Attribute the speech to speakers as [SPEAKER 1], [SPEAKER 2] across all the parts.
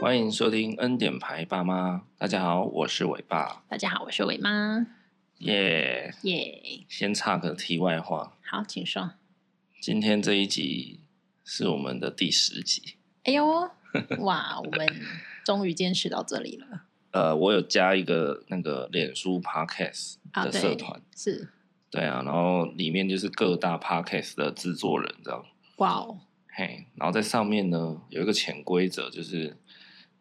[SPEAKER 1] 欢迎收听恩典牌爸妈，大家好，我是伟爸，
[SPEAKER 2] 大家好，我是伟妈，
[SPEAKER 1] 耶、
[SPEAKER 2] 耶、
[SPEAKER 1] 先插个题外话，
[SPEAKER 2] 好，请说。
[SPEAKER 1] 今天这一集是我们的第十集，
[SPEAKER 2] 哎呦，哇，我们终于坚持到这里了
[SPEAKER 1] 呃，我有加一个那个脸书 Podcast
[SPEAKER 2] 啊！
[SPEAKER 1] 的
[SPEAKER 2] 对，
[SPEAKER 1] 社团，
[SPEAKER 2] 是
[SPEAKER 1] 对啊，然后里面就是各大 Podcast 的制作人这样，
[SPEAKER 2] 哇哦，
[SPEAKER 1] 嘿，然后在上面呢有一个潜规则，就是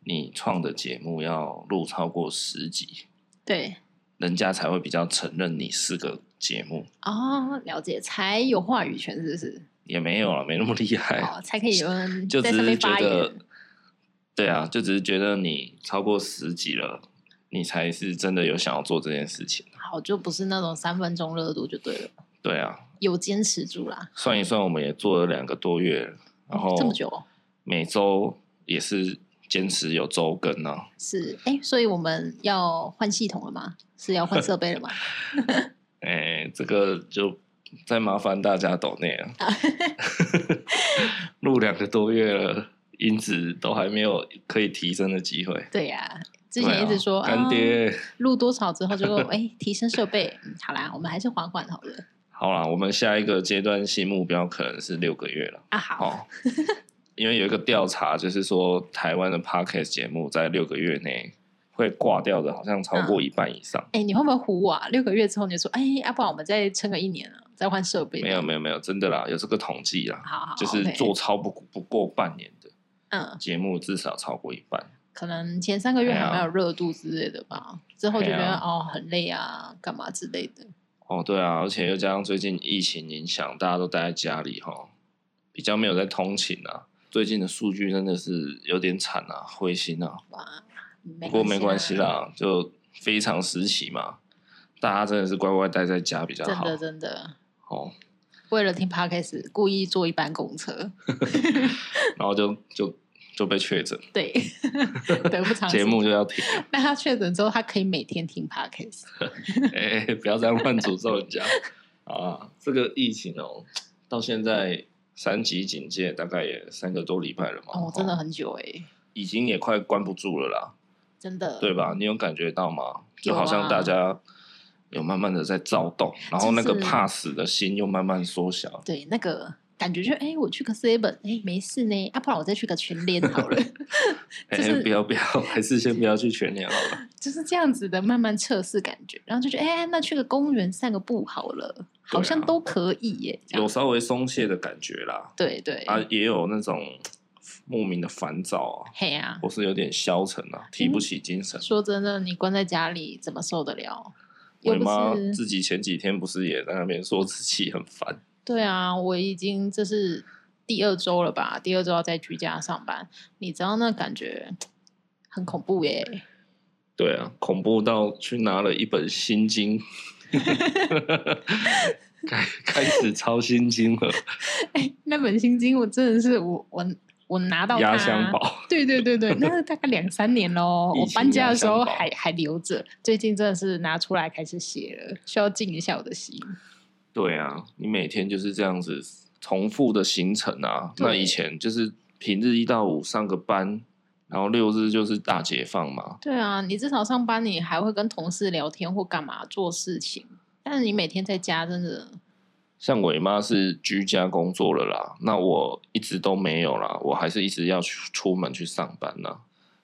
[SPEAKER 1] 你创的节目要录超过十集，
[SPEAKER 2] 对
[SPEAKER 1] 人家才会比较承认你是个节目。
[SPEAKER 2] 哦，了解，才有话语权，是不是？
[SPEAKER 1] 也没有了，没那么厉害，
[SPEAKER 2] 哦，才可以有人
[SPEAKER 1] 哎就
[SPEAKER 2] 在
[SPEAKER 1] 只
[SPEAKER 2] 上
[SPEAKER 1] 是
[SPEAKER 2] 面
[SPEAKER 1] 觉
[SPEAKER 2] 发
[SPEAKER 1] 得
[SPEAKER 2] 言。，
[SPEAKER 1] 对啊，就只是觉得你超过十级了，你才是真的有想要做这件事情。
[SPEAKER 2] 好，就不是那种三分钟热度就对了，
[SPEAKER 1] 对啊，
[SPEAKER 2] 有坚持住啦。
[SPEAKER 1] 算一算，我们也做了两个多月了，然后
[SPEAKER 2] 这么久哦
[SPEAKER 1] 每周也是坚持有周更啊。
[SPEAKER 2] 是哎，所以我们要换系统了吗？是要换设备了 吗？
[SPEAKER 1] 哎、这个就再麻烦大家抖内了，
[SPEAKER 2] 啊
[SPEAKER 1] 录两个多月了，音质都还没有可以提升的机会。
[SPEAKER 2] 对呀、之前一
[SPEAKER 1] 对
[SPEAKER 2] 直说
[SPEAKER 1] 啊、干爹。
[SPEAKER 2] 录多少之后就哎、提升设备，嗯好啦，我们还是缓缓好了
[SPEAKER 1] 好啦，我们下一个阶段性目标可能是六个月了。
[SPEAKER 2] 啊。
[SPEAKER 1] 哦，
[SPEAKER 2] 好，
[SPEAKER 1] 因为有一个调查，就是说台湾的 podcast 节目在六个月内会挂掉的，好像超过一半以上。
[SPEAKER 2] 哎、你会不会唬我啊？六个月之后你就说，哎、要、不然我们再撑个一年啊，再换设备。
[SPEAKER 1] 没有，没有没有，真的啦，有这个统计啦，
[SPEAKER 2] 好好，
[SPEAKER 1] 就是
[SPEAKER 2] OK
[SPEAKER 1] 做超不不过半年的
[SPEAKER 2] 嗯，
[SPEAKER 1] 节目，至少超过一半。
[SPEAKER 2] 可能前三个月
[SPEAKER 1] 哎呀
[SPEAKER 2] 还没有热度之类的吧，之后就觉
[SPEAKER 1] 哎
[SPEAKER 2] 得
[SPEAKER 1] 呀
[SPEAKER 2] 哦很累啊，干嘛之类的。
[SPEAKER 1] 哦，对啊，而且又加上最近疫情影响，大家都待在家里哈，比较没有在通勤啊。最近的数据真的是有点惨啊，灰心啊。
[SPEAKER 2] 哇，
[SPEAKER 1] 不
[SPEAKER 2] 不
[SPEAKER 1] 过没关系，啦，就非常时期嘛，大家真的是乖乖待在家比较
[SPEAKER 2] 真
[SPEAKER 1] 好。
[SPEAKER 2] 的真的，
[SPEAKER 1] 哦，
[SPEAKER 2] 为了听 podcast 故意坐一班公车，
[SPEAKER 1] 然后就就就被确诊，
[SPEAKER 2] 对， 得不偿失
[SPEAKER 1] 节目。就要停了。
[SPEAKER 2] 那他确诊之后，他可以每天听 podcast。
[SPEAKER 1] 哎、不要这样乱诅咒人家啊！这个疫情哦，到现在三级警戒大概也三个多礼拜了嘛，
[SPEAKER 2] 哦，真的很久哎、
[SPEAKER 1] 已经也快关不住了啦，
[SPEAKER 2] 真的。
[SPEAKER 1] 对吧？你有感觉到吗？就
[SPEAKER 2] 有啊
[SPEAKER 1] 好像大家。有慢慢的在躁动，然后那个
[SPEAKER 2] 就是
[SPEAKER 1] 怕死的心又慢慢缩小，
[SPEAKER 2] 对，那个感觉就哎、我去个 seven，哎、没事呢，啊，不然我再去个全联好了，
[SPEAKER 1] 哎、
[SPEAKER 2] 就是
[SPEAKER 1] 不要不要，还是先不要去全年好了。
[SPEAKER 2] 就是这样子的慢慢测试感觉，然后就觉得哎、那去个公园散个步好了，好像都可以耶， 这
[SPEAKER 1] 啊有
[SPEAKER 2] 样
[SPEAKER 1] 稍微松懈的感觉啦，
[SPEAKER 2] 对对，
[SPEAKER 1] 啊，也有那种莫名的烦躁啊，
[SPEAKER 2] 嘿啊，
[SPEAKER 1] 或是有点消沉啊，提
[SPEAKER 2] 嗯
[SPEAKER 1] 不起精神。
[SPEAKER 2] 说真的，你关在家里怎么受得了？
[SPEAKER 1] 我
[SPEAKER 2] 又不
[SPEAKER 1] 妈
[SPEAKER 2] 是
[SPEAKER 1] 自己前几天不是也在那边说自己很烦，
[SPEAKER 2] 对啊，我已经这是第二周了吧，第二周要在居家上班，你知道那感觉很恐怖耶，
[SPEAKER 1] 对啊，恐怖到去拿了一本《心 经》 开开始抄《心经》了，
[SPEAKER 2] 哎，那本心经我真的是我我我拿到
[SPEAKER 1] 压
[SPEAKER 2] 它
[SPEAKER 1] 箱宝。
[SPEAKER 2] 对对 对对，那个大概两三年喽。
[SPEAKER 1] 疫
[SPEAKER 2] 我
[SPEAKER 1] 情
[SPEAKER 2] 搬家的时候
[SPEAKER 1] 压箱宝
[SPEAKER 2] 还还留着，最近真的是拿出来开始写了，需要静一下我的心。
[SPEAKER 1] 对啊，你每天就是这样子重复的行程啊。
[SPEAKER 2] 对
[SPEAKER 1] 那以前就是平日一到五上个班，然后六日就是大解放嘛。
[SPEAKER 2] 对啊，你至少上班你还会跟同事聊天或干嘛做事情，但是你每天在家真的
[SPEAKER 1] 像我妈是居家工作了啦，那我一直都没有啦，我还是一直要去出门去上班啦。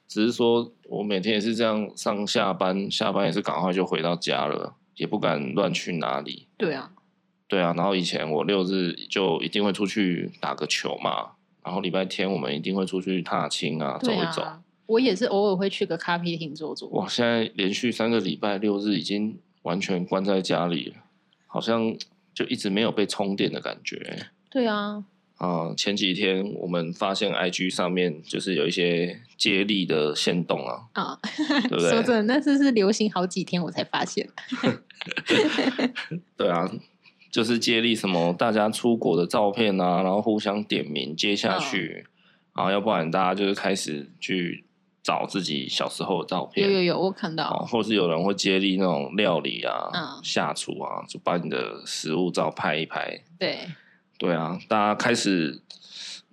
[SPEAKER 1] 只是说我每天也是这样上下班，下班也是赶快就回到家了，也不敢乱去哪里。
[SPEAKER 2] 对啊，
[SPEAKER 1] 对啊，然后以前我六日就一定会出去打个球嘛，然后礼拜天我们一定会出去踏青啊，走
[SPEAKER 2] 对
[SPEAKER 1] 一走。
[SPEAKER 2] 啊。我也是偶尔会去个咖啡厅坐坐。
[SPEAKER 1] 哇，现在连续三个礼拜六日已经完全关在家里了，好像就一直没有被充电的感觉欸
[SPEAKER 2] 对啊，
[SPEAKER 1] 啊、前几天我们发现 IG 上面就是有一些接力的限动啊，
[SPEAKER 2] 啊，
[SPEAKER 1] 对不
[SPEAKER 2] 说
[SPEAKER 1] 对？
[SPEAKER 2] 真的，那次是流行好几天我才发现。
[SPEAKER 1] 对啊，就是接力什么大家出国的照片啊，然后互相点名接
[SPEAKER 2] 嗯
[SPEAKER 1] 下去，然后要不然大家就是开始去找自己小时候的照片，
[SPEAKER 2] 有有有，我看
[SPEAKER 1] 哦，
[SPEAKER 2] 到，
[SPEAKER 1] 或是有人会接力那种料理啊、
[SPEAKER 2] 嗯
[SPEAKER 1] 下厨啊，就把你的食物照拍一拍。
[SPEAKER 2] 对，
[SPEAKER 1] 对啊，大家开始，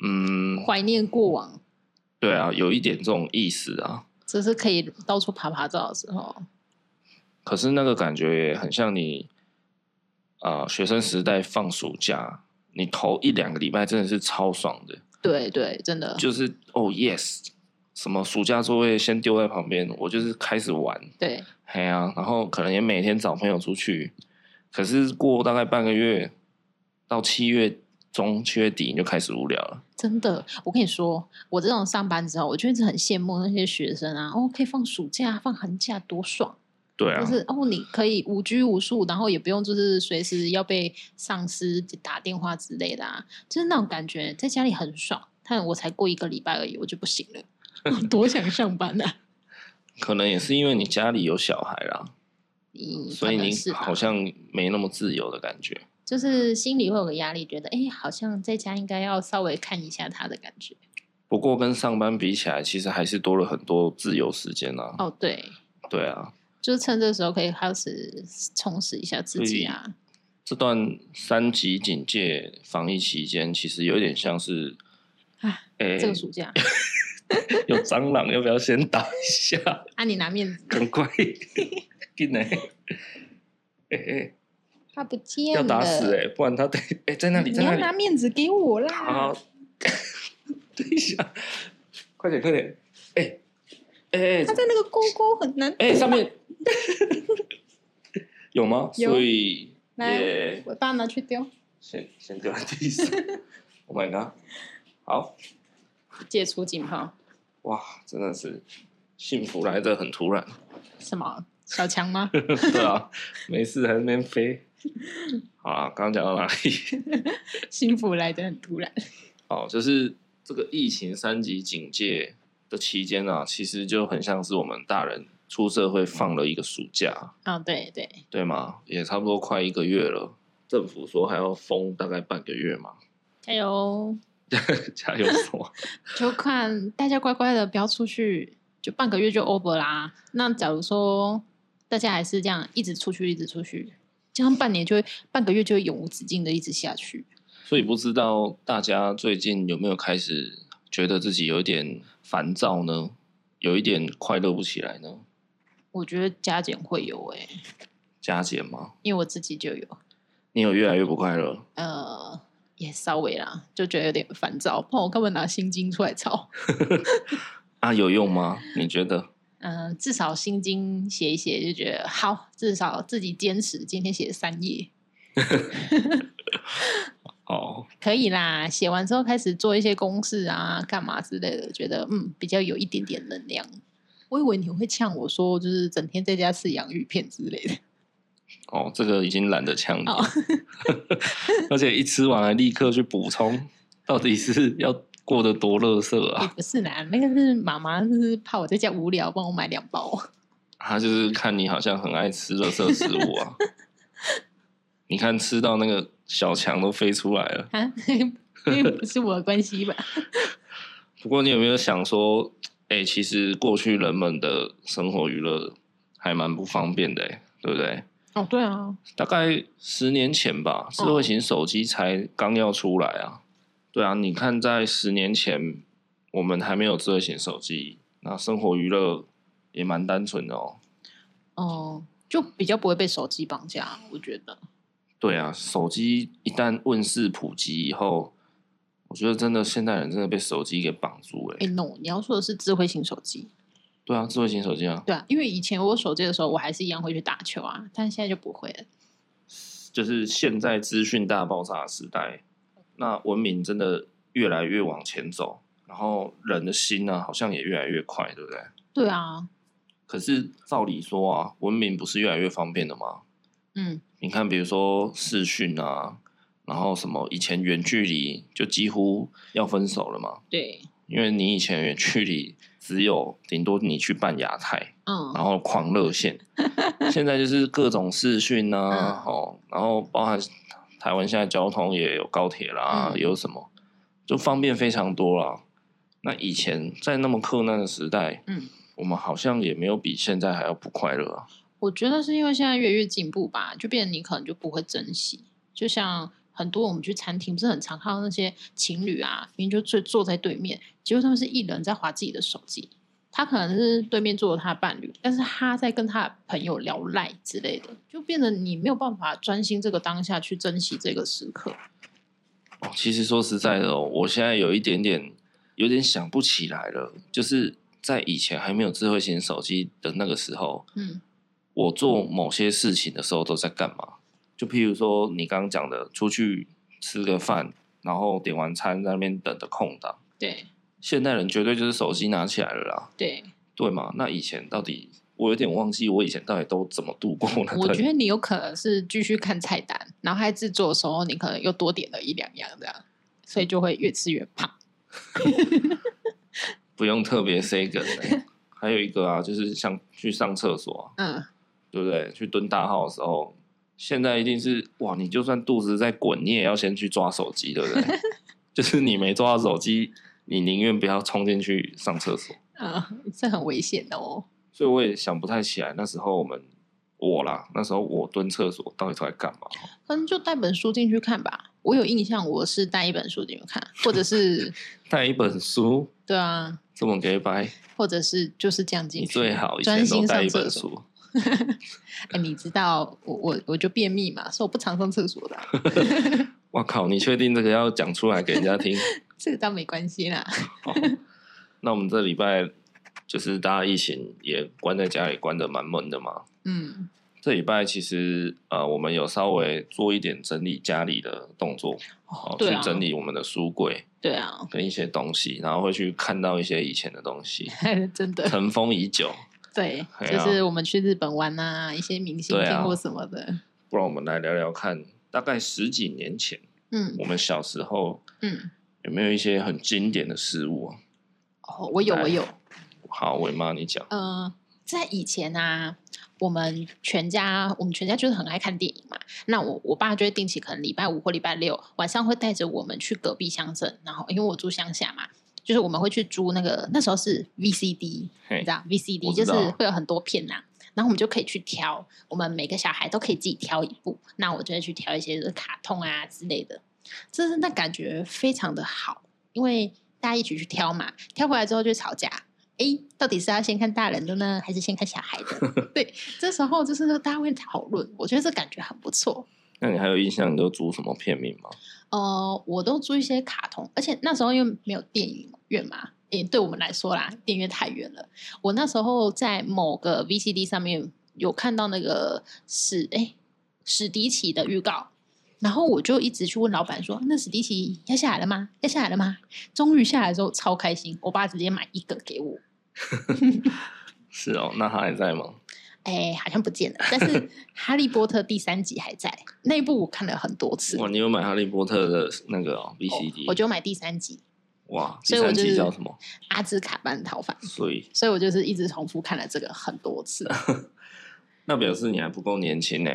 [SPEAKER 1] 嗯，
[SPEAKER 2] 怀念过往。
[SPEAKER 1] 对啊，有一点这种意思啊。
[SPEAKER 2] 只是可以到处爬爬照的时候，
[SPEAKER 1] 可是那个感觉也很像你，呃，学生时代放暑假，你头一两个礼拜真的是超爽的，
[SPEAKER 2] 对对，真的，
[SPEAKER 1] 就是哦 yes，什么暑假作业先丢在旁边，我就是开始玩，
[SPEAKER 2] 对
[SPEAKER 1] 嘿啊，然后可能也每天找朋友出去，可是过大概半个月到七月中、七月底你就开始无聊了。
[SPEAKER 2] 真的，我跟你说，我这种上班之后，我就一直很羡慕那些学生啊，哦，可以放暑假、放寒假，多爽！
[SPEAKER 1] 对啊
[SPEAKER 2] 就，是哦，你可以无拘无束，然后也不用就是随时要被上司打电话之类的啊，就是那种感觉，在家里很爽。但我才过一个礼拜而已，我就不行了， 我多想上班啊！
[SPEAKER 1] 可能也是因为你家里有小孩啦，
[SPEAKER 2] 嗯，
[SPEAKER 1] 所以
[SPEAKER 2] 可能
[SPEAKER 1] 你
[SPEAKER 2] 是吧
[SPEAKER 1] 好像没那么自由的感觉。
[SPEAKER 2] 就是心里会有个压力，觉得哎、诶好像在家应该要稍微看一下他的感觉。
[SPEAKER 1] 不过跟上班比起来，其实还是多了很多自由时间啊。
[SPEAKER 2] 哦，对，
[SPEAKER 1] 对啊，
[SPEAKER 2] 就是趁这时候可以开始充实一下自己啊。
[SPEAKER 1] 这段三级警戒防疫期间，其实有点像是，
[SPEAKER 2] 啊，
[SPEAKER 1] 诶、
[SPEAKER 2] 这个暑假，
[SPEAKER 1] 有蟑螂，要不要先打一下？
[SPEAKER 2] 啊，你拿面子，
[SPEAKER 1] 赶 快，进来！哎哎，
[SPEAKER 2] 他不见了，
[SPEAKER 1] 要打死哎、不然他得哎、在那里，
[SPEAKER 2] 你
[SPEAKER 1] 在
[SPEAKER 2] 要
[SPEAKER 1] 那
[SPEAKER 2] 拿
[SPEAKER 1] 里。
[SPEAKER 2] 面子给我啦！
[SPEAKER 1] 好，等一下，快点快点！哎哎
[SPEAKER 2] 他
[SPEAKER 1] 哎
[SPEAKER 2] 在那个沟沟很难。
[SPEAKER 1] 哎，上 面 有吗？
[SPEAKER 2] 有
[SPEAKER 1] 所以
[SPEAKER 2] 来
[SPEAKER 1] 也
[SPEAKER 2] 我把它拿去丢，
[SPEAKER 1] 先 先丢在地上。Oh my god！好
[SPEAKER 2] 解除警报。
[SPEAKER 1] 哇，真的是幸福来的很突然。
[SPEAKER 2] 什么小强吗？
[SPEAKER 1] 对啊，没事还在那边飞。好啦，刚刚讲到哪里？
[SPEAKER 2] 幸福来得很突然。
[SPEAKER 1] 哦，就是这个疫情三级警戒的期间啊，其实就很像是我们大人出社会放了一个暑假，
[SPEAKER 2] 啊、对对，
[SPEAKER 1] 对吗？也差不多快一个月了。政府说还要封大概半个月嘛，
[SPEAKER 2] 加油！
[SPEAKER 1] 加油什么？
[SPEAKER 2] 就看大家乖乖的，不要出去，就半个月就 over 啦。那假如说大家还是这样一直出去，一直出去，这样半年就会半个月就会永无止境的一直下去。
[SPEAKER 1] 所以不知道大家最近有没有开始觉得自己有一点烦躁呢？有一点快乐不起来呢？
[SPEAKER 2] 我觉得加减会有诶、
[SPEAKER 1] 加减吗？
[SPEAKER 2] 因为我自己就有，
[SPEAKER 1] 你有越来越不快乐？
[SPEAKER 2] 呃，也稍微啦，就觉得有点烦躁。不然我干嘛拿心经出来 抄？
[SPEAKER 1] 啊，有用吗？你觉得？
[SPEAKER 2] 嗯、至少心经写一写，就觉得好，至少自己坚持，今天写三页
[SPEAKER 1] 哦，
[SPEAKER 2] 可以啦。写完之后开始做一些公式啊，干嘛之类的，觉得嗯，比较有一点点能量。我以为你会呛我说，就是整天在家吃洋芋片之类的。
[SPEAKER 1] 哦，这个已经懒得呛你了，
[SPEAKER 2] 哦
[SPEAKER 1] 而且一吃完还立刻去补充，到底是要过得多乐色
[SPEAKER 2] 也
[SPEAKER 1] 啊？
[SPEAKER 2] 不是啦，那个是妈妈，就是怕我在家无聊，帮我买两包。
[SPEAKER 1] 他啊就是看你好像很爱吃乐色食物啊，你看吃到那个小强都飞出来了。
[SPEAKER 2] 啊， 因为不是我的关系吧？
[SPEAKER 1] 不过你有没有想说，哎、其实过去人们的生活娱乐还蛮不方便的、欸，对不对？
[SPEAKER 2] 哦，对啊，
[SPEAKER 1] 大概十年前吧，智慧型手机才刚要出来啊。对啊，你看，在十年前我们还没有智慧型手机，那生活娱乐也蛮单纯的哦。
[SPEAKER 2] 哦、就比较不会被手机绑架，我觉得。
[SPEAKER 1] 对啊，手机一旦问世普及以后，我觉得真的现代人真的被手机给绑住哎、
[SPEAKER 2] 哎、n o 你要说的是智慧型手机，
[SPEAKER 1] 对啊，智慧型手机啊，
[SPEAKER 2] 对啊，因为以前我有手机的时候，我还是一样会去打球啊，但现在就不会了。
[SPEAKER 1] 就是现在资讯大爆炸的时代，那文明真的越来越往前走，然后人的心呢、好像也越来越快，对不对？
[SPEAKER 2] 对啊，
[SPEAKER 1] 可是照理说啊，文明不是越来越方便了吗？
[SPEAKER 2] 嗯，
[SPEAKER 1] 你看，比如说视讯啊，然后什么以前远距离就几乎要分手了嘛，
[SPEAKER 2] 对，
[SPEAKER 1] 因为你以前远距离只有顶多你去办亚太，
[SPEAKER 2] 嗯
[SPEAKER 1] 然后狂热 线，现在就是各种视讯
[SPEAKER 2] 嗯
[SPEAKER 1] 啊，哦，然后包含台湾现在交通也有高铁啦，
[SPEAKER 2] 嗯
[SPEAKER 1] 有什么就方便非常多啦。那以前在那么困难的时代，
[SPEAKER 2] 嗯，
[SPEAKER 1] 我们好像也没有比现在还要不快乐啊。
[SPEAKER 2] 我觉得是因为现在越来越进步吧，就变得你可能就不会珍惜，就像。很多我们去餐厅不是很常看到那些情侣啊，明明就坐坐在对面，结果他们是一人在划自己的手机。他可能是对面坐的他的伴侣，但是他在跟他的朋友聊赖之类的，就变得你没有办法专心这个当下去珍惜这个时刻。
[SPEAKER 1] 哦，其实说实在的、哦，我现在有一点点有点想不起来了，就是在以前还没有智慧型手机的那个时候，
[SPEAKER 2] 嗯，
[SPEAKER 1] 我做某些事情的时候都在干嘛？就譬如说你刚刚讲的，出去吃个饭，然后点完餐在那边等的空档，
[SPEAKER 2] 对
[SPEAKER 1] 现代人绝对就是手机拿起来了啦，
[SPEAKER 2] 对，
[SPEAKER 1] 对吗？那以前到底我有点忘记我以前到底都怎么度过呢？
[SPEAKER 2] 我觉得你有可能是继续看菜单，然后还制作的时候，你可能又多点了一两样这样，所以就会越吃越胖。
[SPEAKER 1] 不用特别 say 梗、欸。 还有一个啊，就是像去上厕所、啊，
[SPEAKER 2] 嗯，
[SPEAKER 1] 对不对？去蹲大号的时候，现在一定是哇，你就算肚子在滚，你也要先去抓手机，对 不对？就是你没抓到手机，你宁愿不要冲进去上厕所。
[SPEAKER 2] 啊、这很危险的哦。
[SPEAKER 1] 所以我也想不太起来，那时候我们我啦，那时候我蹲厕所到底都在干嘛？
[SPEAKER 2] 可能就带本书进去看吧。我有印象，我是带一本书进去看，或者是
[SPEAKER 1] 带一本书
[SPEAKER 2] 对啊，
[SPEAKER 1] 这么给白，
[SPEAKER 2] 或者是就是这样进
[SPEAKER 1] 你
[SPEAKER 2] 去。
[SPEAKER 1] 最好以前
[SPEAKER 2] 专
[SPEAKER 1] 都
[SPEAKER 2] 心
[SPEAKER 1] 带
[SPEAKER 2] 上
[SPEAKER 1] 一
[SPEAKER 2] 厕
[SPEAKER 1] 本
[SPEAKER 2] 所。
[SPEAKER 1] 书。
[SPEAKER 2] 哎、你知道我我我就便秘嘛，所以我不常上厕所的啊、
[SPEAKER 1] 我靠，你确定这个要讲出来给人家听？
[SPEAKER 2] 这个倒没关系啦。
[SPEAKER 1] 那我们这礼拜就是大家疫情也关在家里，关的蛮闷的嘛。
[SPEAKER 2] 嗯，
[SPEAKER 1] 这礼拜其实呃，我们有稍微做一点整理家里的动作，哦，
[SPEAKER 2] 对啊
[SPEAKER 1] 去整理我们的书柜
[SPEAKER 2] 对啊，
[SPEAKER 1] 跟一些东西，然后会去看到一些以前的东 西，
[SPEAKER 2] 真的
[SPEAKER 1] 尘封已久。
[SPEAKER 2] 对，
[SPEAKER 1] 哎
[SPEAKER 2] 就
[SPEAKER 1] 呀
[SPEAKER 2] 是我们去日本玩啊，一些明星
[SPEAKER 1] 对啊
[SPEAKER 2] 片或什么的。
[SPEAKER 1] 不然我们来聊聊看，大概十几年前
[SPEAKER 2] 嗯
[SPEAKER 1] 我们小时候
[SPEAKER 2] 嗯，
[SPEAKER 1] 有没有一些很经典的事物啊？
[SPEAKER 2] 哦，我有
[SPEAKER 1] 来
[SPEAKER 2] 我有，
[SPEAKER 1] 好，伟妈你讲，
[SPEAKER 2] 嗯，在以前啊，我们全家我们全家就是很爱看电影嘛。那我我爸就会定期可能礼拜五或礼拜六晚上会带着我们去隔壁乡镇，然后因为我住乡下嘛，就是我们会去租那个那时候是 VCD，你
[SPEAKER 1] 嘿
[SPEAKER 2] 知，道 VCD
[SPEAKER 1] 我
[SPEAKER 2] 就
[SPEAKER 1] 知
[SPEAKER 2] 是
[SPEAKER 1] 道
[SPEAKER 2] 会有很多片呐、啊然后我们就可以去挑，我们每个小孩都可以自己挑一部。那我就会去挑一些就是卡通啊之类的，真是那感觉非常的好，因为大家一起去挑嘛，挑回来之后就吵架。诶，到底是要先看大人的呢，还是先看小孩的？ 对，这时候就是大家会讨论，我觉得这感觉很不错。
[SPEAKER 1] 那你还有印象你都租什么片名吗？
[SPEAKER 2] 呃，我都租一些卡通，而且那时候因为没有电影院嘛，也对我们来说啦，电影院太远了。我那时候在某个 VCD 上面有看到那个史哎史迪奇的预告，然后我就一直去问老板说：“那史迪奇要下来了吗？要下来了吗？”终于下来之后超开心，我爸直接买一个给我。
[SPEAKER 1] 是哦，那他还在吗？
[SPEAKER 2] 哎，好像不见了， 但是《哈利波特》第三集还在，那一部我看了很多次，
[SPEAKER 1] 哇，你有买《哈利波特》的那个、哦、VCD？、
[SPEAKER 2] 我就买第三集
[SPEAKER 1] 哇，第
[SPEAKER 2] 所以我
[SPEAKER 1] 三
[SPEAKER 2] 就是
[SPEAKER 1] 集叫什么？
[SPEAKER 2] 《阿兹卡班逃犯》。
[SPEAKER 1] 所以
[SPEAKER 2] 所以我就是一直重复看了这个很 多次。
[SPEAKER 1] 那表示你还不够年轻呢、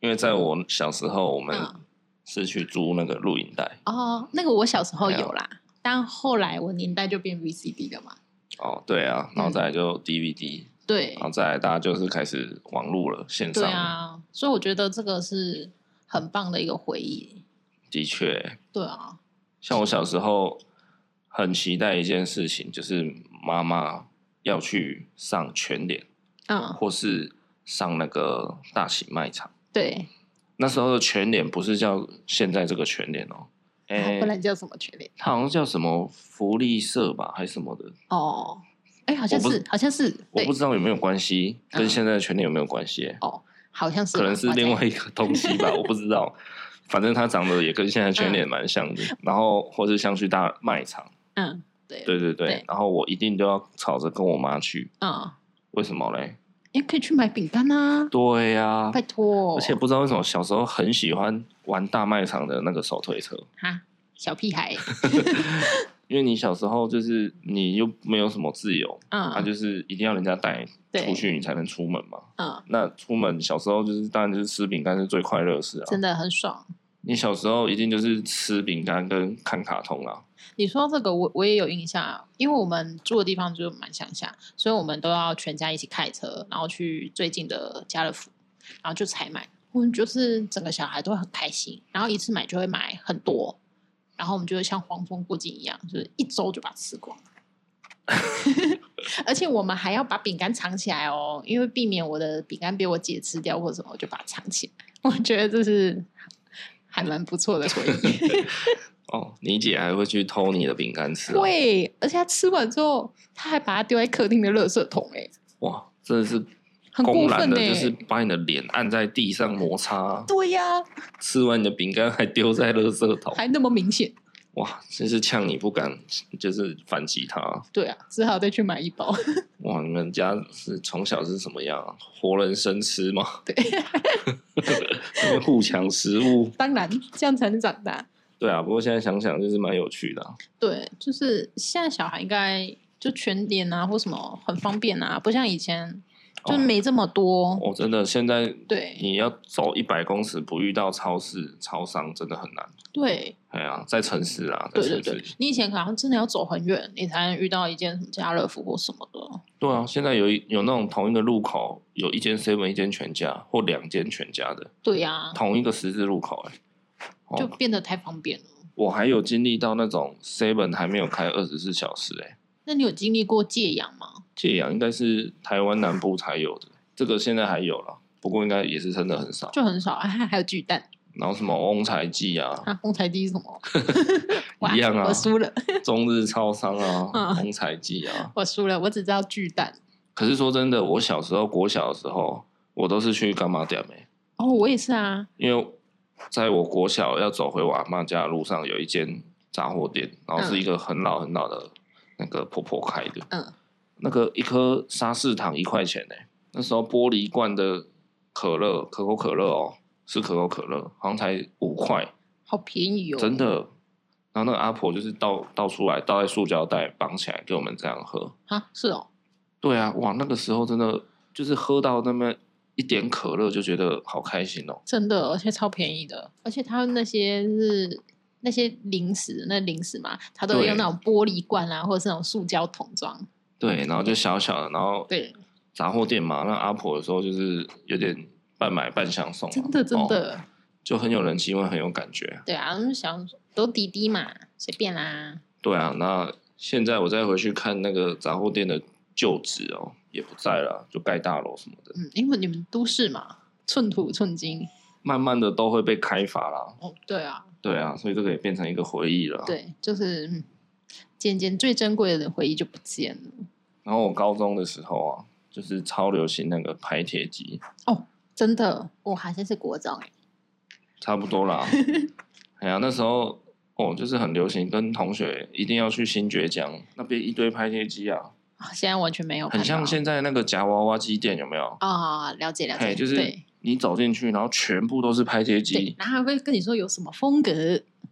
[SPEAKER 1] 因为在我小时候，我们
[SPEAKER 2] 嗯
[SPEAKER 1] 是去租那个录影带
[SPEAKER 2] 哦，那个我小时候
[SPEAKER 1] 哎
[SPEAKER 2] 有啦，但后来我年代就变 VCD 了嘛。
[SPEAKER 1] 哦，对啊，
[SPEAKER 2] 嗯
[SPEAKER 1] 然后再来就 DVD，、
[SPEAKER 2] 对
[SPEAKER 1] 然，后再来大家就是开始网络了，线上
[SPEAKER 2] 对
[SPEAKER 1] 了，
[SPEAKER 2] 啊，所以我觉得这个是很棒的一个回忆。
[SPEAKER 1] 的确，
[SPEAKER 2] 对啊，
[SPEAKER 1] 像我小时候很期待一件事情，就是妈妈要去上全联，
[SPEAKER 2] 嗯，
[SPEAKER 1] 或是上那个大喜卖场。
[SPEAKER 2] 对，
[SPEAKER 1] 那时候的全联不是叫现在这个全联哦，哎、
[SPEAKER 2] 啊不然叫什么权利？
[SPEAKER 1] 它好像叫什么福利社吧，还是什么的，
[SPEAKER 2] 哦，哎，好像
[SPEAKER 1] 我不
[SPEAKER 2] 是，好像是，
[SPEAKER 1] 我
[SPEAKER 2] 对
[SPEAKER 1] 不，知道有没有关系，
[SPEAKER 2] 嗯
[SPEAKER 1] 跟现在的全联有没有关系、
[SPEAKER 2] 哦，好像是吧，
[SPEAKER 1] 可能是
[SPEAKER 2] 哇塞
[SPEAKER 1] 另外一个东西吧，我不知道。反正它长得也跟现在全联蛮像的，然后或是像去大卖场，
[SPEAKER 2] 嗯，对，
[SPEAKER 1] 对对对，
[SPEAKER 2] 对
[SPEAKER 1] 然后我一定都要吵着跟我妈去，
[SPEAKER 2] 嗯，
[SPEAKER 1] 为什么嘞？
[SPEAKER 2] 也可以去买饼干啊，
[SPEAKER 1] 对呀、
[SPEAKER 2] 拜托，
[SPEAKER 1] 而且不知道为什么小时候很喜欢玩大卖场的那个手推车，
[SPEAKER 2] 哈，小屁孩，
[SPEAKER 1] 因为你小时候就是你又没有什么自由， 啊，
[SPEAKER 2] 嗯，
[SPEAKER 1] 就是一定要人家带
[SPEAKER 2] 对
[SPEAKER 1] 出去你才能出门嘛。
[SPEAKER 2] 嗯，
[SPEAKER 1] 那出门小时候就是当然就是吃饼干是最快乐的事啊
[SPEAKER 2] 真。的很爽。
[SPEAKER 1] 你小时候一定就是吃饼干跟看卡通啊。
[SPEAKER 2] 你说这个我我也有印象啊，因为我们住的地方就蛮乡下，所以我们都要全家一起开车，然后去最近的家乐福，然后就采买。我们就是整个小孩都会很开心，然后一次买就会买很多，然后我们就会像黄蜂过境一样，就是一周就把它吃光。而且我们还要把饼干藏起来哦，因为避免我的饼干被我姐吃掉或者什么，我就把它藏起来。我觉得这是还蛮不错的回忆。
[SPEAKER 1] 哦，你姐还会去偷你的饼干吃、啊，
[SPEAKER 2] 对，而且她吃完之后，她还把它丢在客厅的垃圾桶、欸，哎，
[SPEAKER 1] 哇，真的是
[SPEAKER 2] 很过
[SPEAKER 1] 公然
[SPEAKER 2] 分
[SPEAKER 1] 的，
[SPEAKER 2] 哎、
[SPEAKER 1] 就是把你的脸按在地上摩擦啊，
[SPEAKER 2] 对呀、
[SPEAKER 1] 吃完你的饼干还丢在垃圾桶，
[SPEAKER 2] 还那么明显。
[SPEAKER 1] 哇，真是呛你不敢，就是反击他。
[SPEAKER 2] 对啊，只好再去买一包。
[SPEAKER 1] 哇，你们家是从小是什么样啊？活人生吃吗？对， 互抢食物。
[SPEAKER 2] 当然，这样才能长大。
[SPEAKER 1] 对啊，不过现在想想就是蛮有趣的啊、
[SPEAKER 2] 对，就是现在小孩应该就全脸啊或什么很方便啊，不像以前就
[SPEAKER 1] 哦
[SPEAKER 2] 没这么多。
[SPEAKER 1] 哦，真的，现在
[SPEAKER 2] 对
[SPEAKER 1] 你要走一百公尺不遇到超市、超商，真的很难。
[SPEAKER 2] 对
[SPEAKER 1] 哎呀、在城市啊，在
[SPEAKER 2] 对嗯对
[SPEAKER 1] 城市。
[SPEAKER 2] 对，你以前可能真的要走很远，你才能遇到一间什么家乐福或什么的。
[SPEAKER 1] 对啊，现在有一有那种同一个路口有一间 seven、一间全家或两间全家的，
[SPEAKER 2] 对呀、
[SPEAKER 1] 同一个十字路口、哎，
[SPEAKER 2] 就
[SPEAKER 1] 哦，
[SPEAKER 2] 变得太方便了。
[SPEAKER 1] 我还有经历到那种 seven 还没有开二十四小时、哎，
[SPEAKER 2] 那你有经历过戒养吗？
[SPEAKER 1] 戒养应该是台湾南部才有的，这个现在还有了，不过应该也是真的很少。
[SPEAKER 2] 就很少，啊、还有巨蛋
[SPEAKER 1] 然后什么翁财记 啊、
[SPEAKER 2] 啊，红彩第一是什么？哇
[SPEAKER 1] 一样啊
[SPEAKER 2] 我输了，
[SPEAKER 1] 中日超商啊、
[SPEAKER 2] 嗯
[SPEAKER 1] 翁财记啊，
[SPEAKER 2] 我输了，我只知道巨蛋。
[SPEAKER 1] 可是说真的，我小时候国小的时候，我都是去干嘛店没、
[SPEAKER 2] 哦，我也是啊，
[SPEAKER 1] 因为在我国小要走回我阿妈家的路上，有一间杂货店，然后是一个很老很老的那个婆婆开的，
[SPEAKER 2] 嗯，
[SPEAKER 1] 那个一颗沙士糖一块钱呢、那时候玻璃罐的可乐，可口可乐哦，是可口可乐，好像才五块，
[SPEAKER 2] 好便宜哦，
[SPEAKER 1] 真的。然后那个阿婆就是倒倒出来，倒在塑胶袋绑起来给我们这样喝。
[SPEAKER 2] 啊，是哦，
[SPEAKER 1] 对啊，哇，那个时候真的就是喝到那么一点可乐就觉得好开心哦。
[SPEAKER 2] 真的，而且超便宜的，而且它那些是那些零食，那零食嘛，它都会
[SPEAKER 1] 对
[SPEAKER 2] 用那种玻璃罐啊，或者是那种塑胶桶装。
[SPEAKER 1] 对，然后就小小的，然后
[SPEAKER 2] 对，
[SPEAKER 1] 杂货店嘛，那阿婆有时候就是有点半买半相送啊、
[SPEAKER 2] 真的真
[SPEAKER 1] 哦
[SPEAKER 2] 的，
[SPEAKER 1] 就很有人气味，很有感觉。
[SPEAKER 2] 对啊，我们想都滴滴嘛，随便啦。
[SPEAKER 1] 对啊，那现在我再回去看那个杂货店的旧址哦，也不在了，就盖大楼什么的，
[SPEAKER 2] 嗯，因为你们都市嘛，寸土寸金。
[SPEAKER 1] 慢慢的都会被开发啦。
[SPEAKER 2] 哦，对啊，
[SPEAKER 1] 对啊，所以这个也变成一个回忆了。。
[SPEAKER 2] 对，就是嗯渐渐最珍贵的回忆就不见了。
[SPEAKER 1] 然后我高中的时候啊，就是超流行那个拍铁机，
[SPEAKER 2] 真的，我好像是国中哎、
[SPEAKER 1] 差不多 啦。哎呀，那时候哦，就是很流行，跟同学一定要去新觉江那边一堆拍贴机啊，
[SPEAKER 2] 啊现在完全没有看到，
[SPEAKER 1] 很像现在那个夹娃娃机店有没有？
[SPEAKER 2] 啊、了解了
[SPEAKER 1] 哎，
[SPEAKER 2] 解，
[SPEAKER 1] 就是
[SPEAKER 2] 对
[SPEAKER 1] 你走进去，然后全部都是拍贴
[SPEAKER 2] 对
[SPEAKER 1] 机，，
[SPEAKER 2] 然后还会跟你说有什么风格，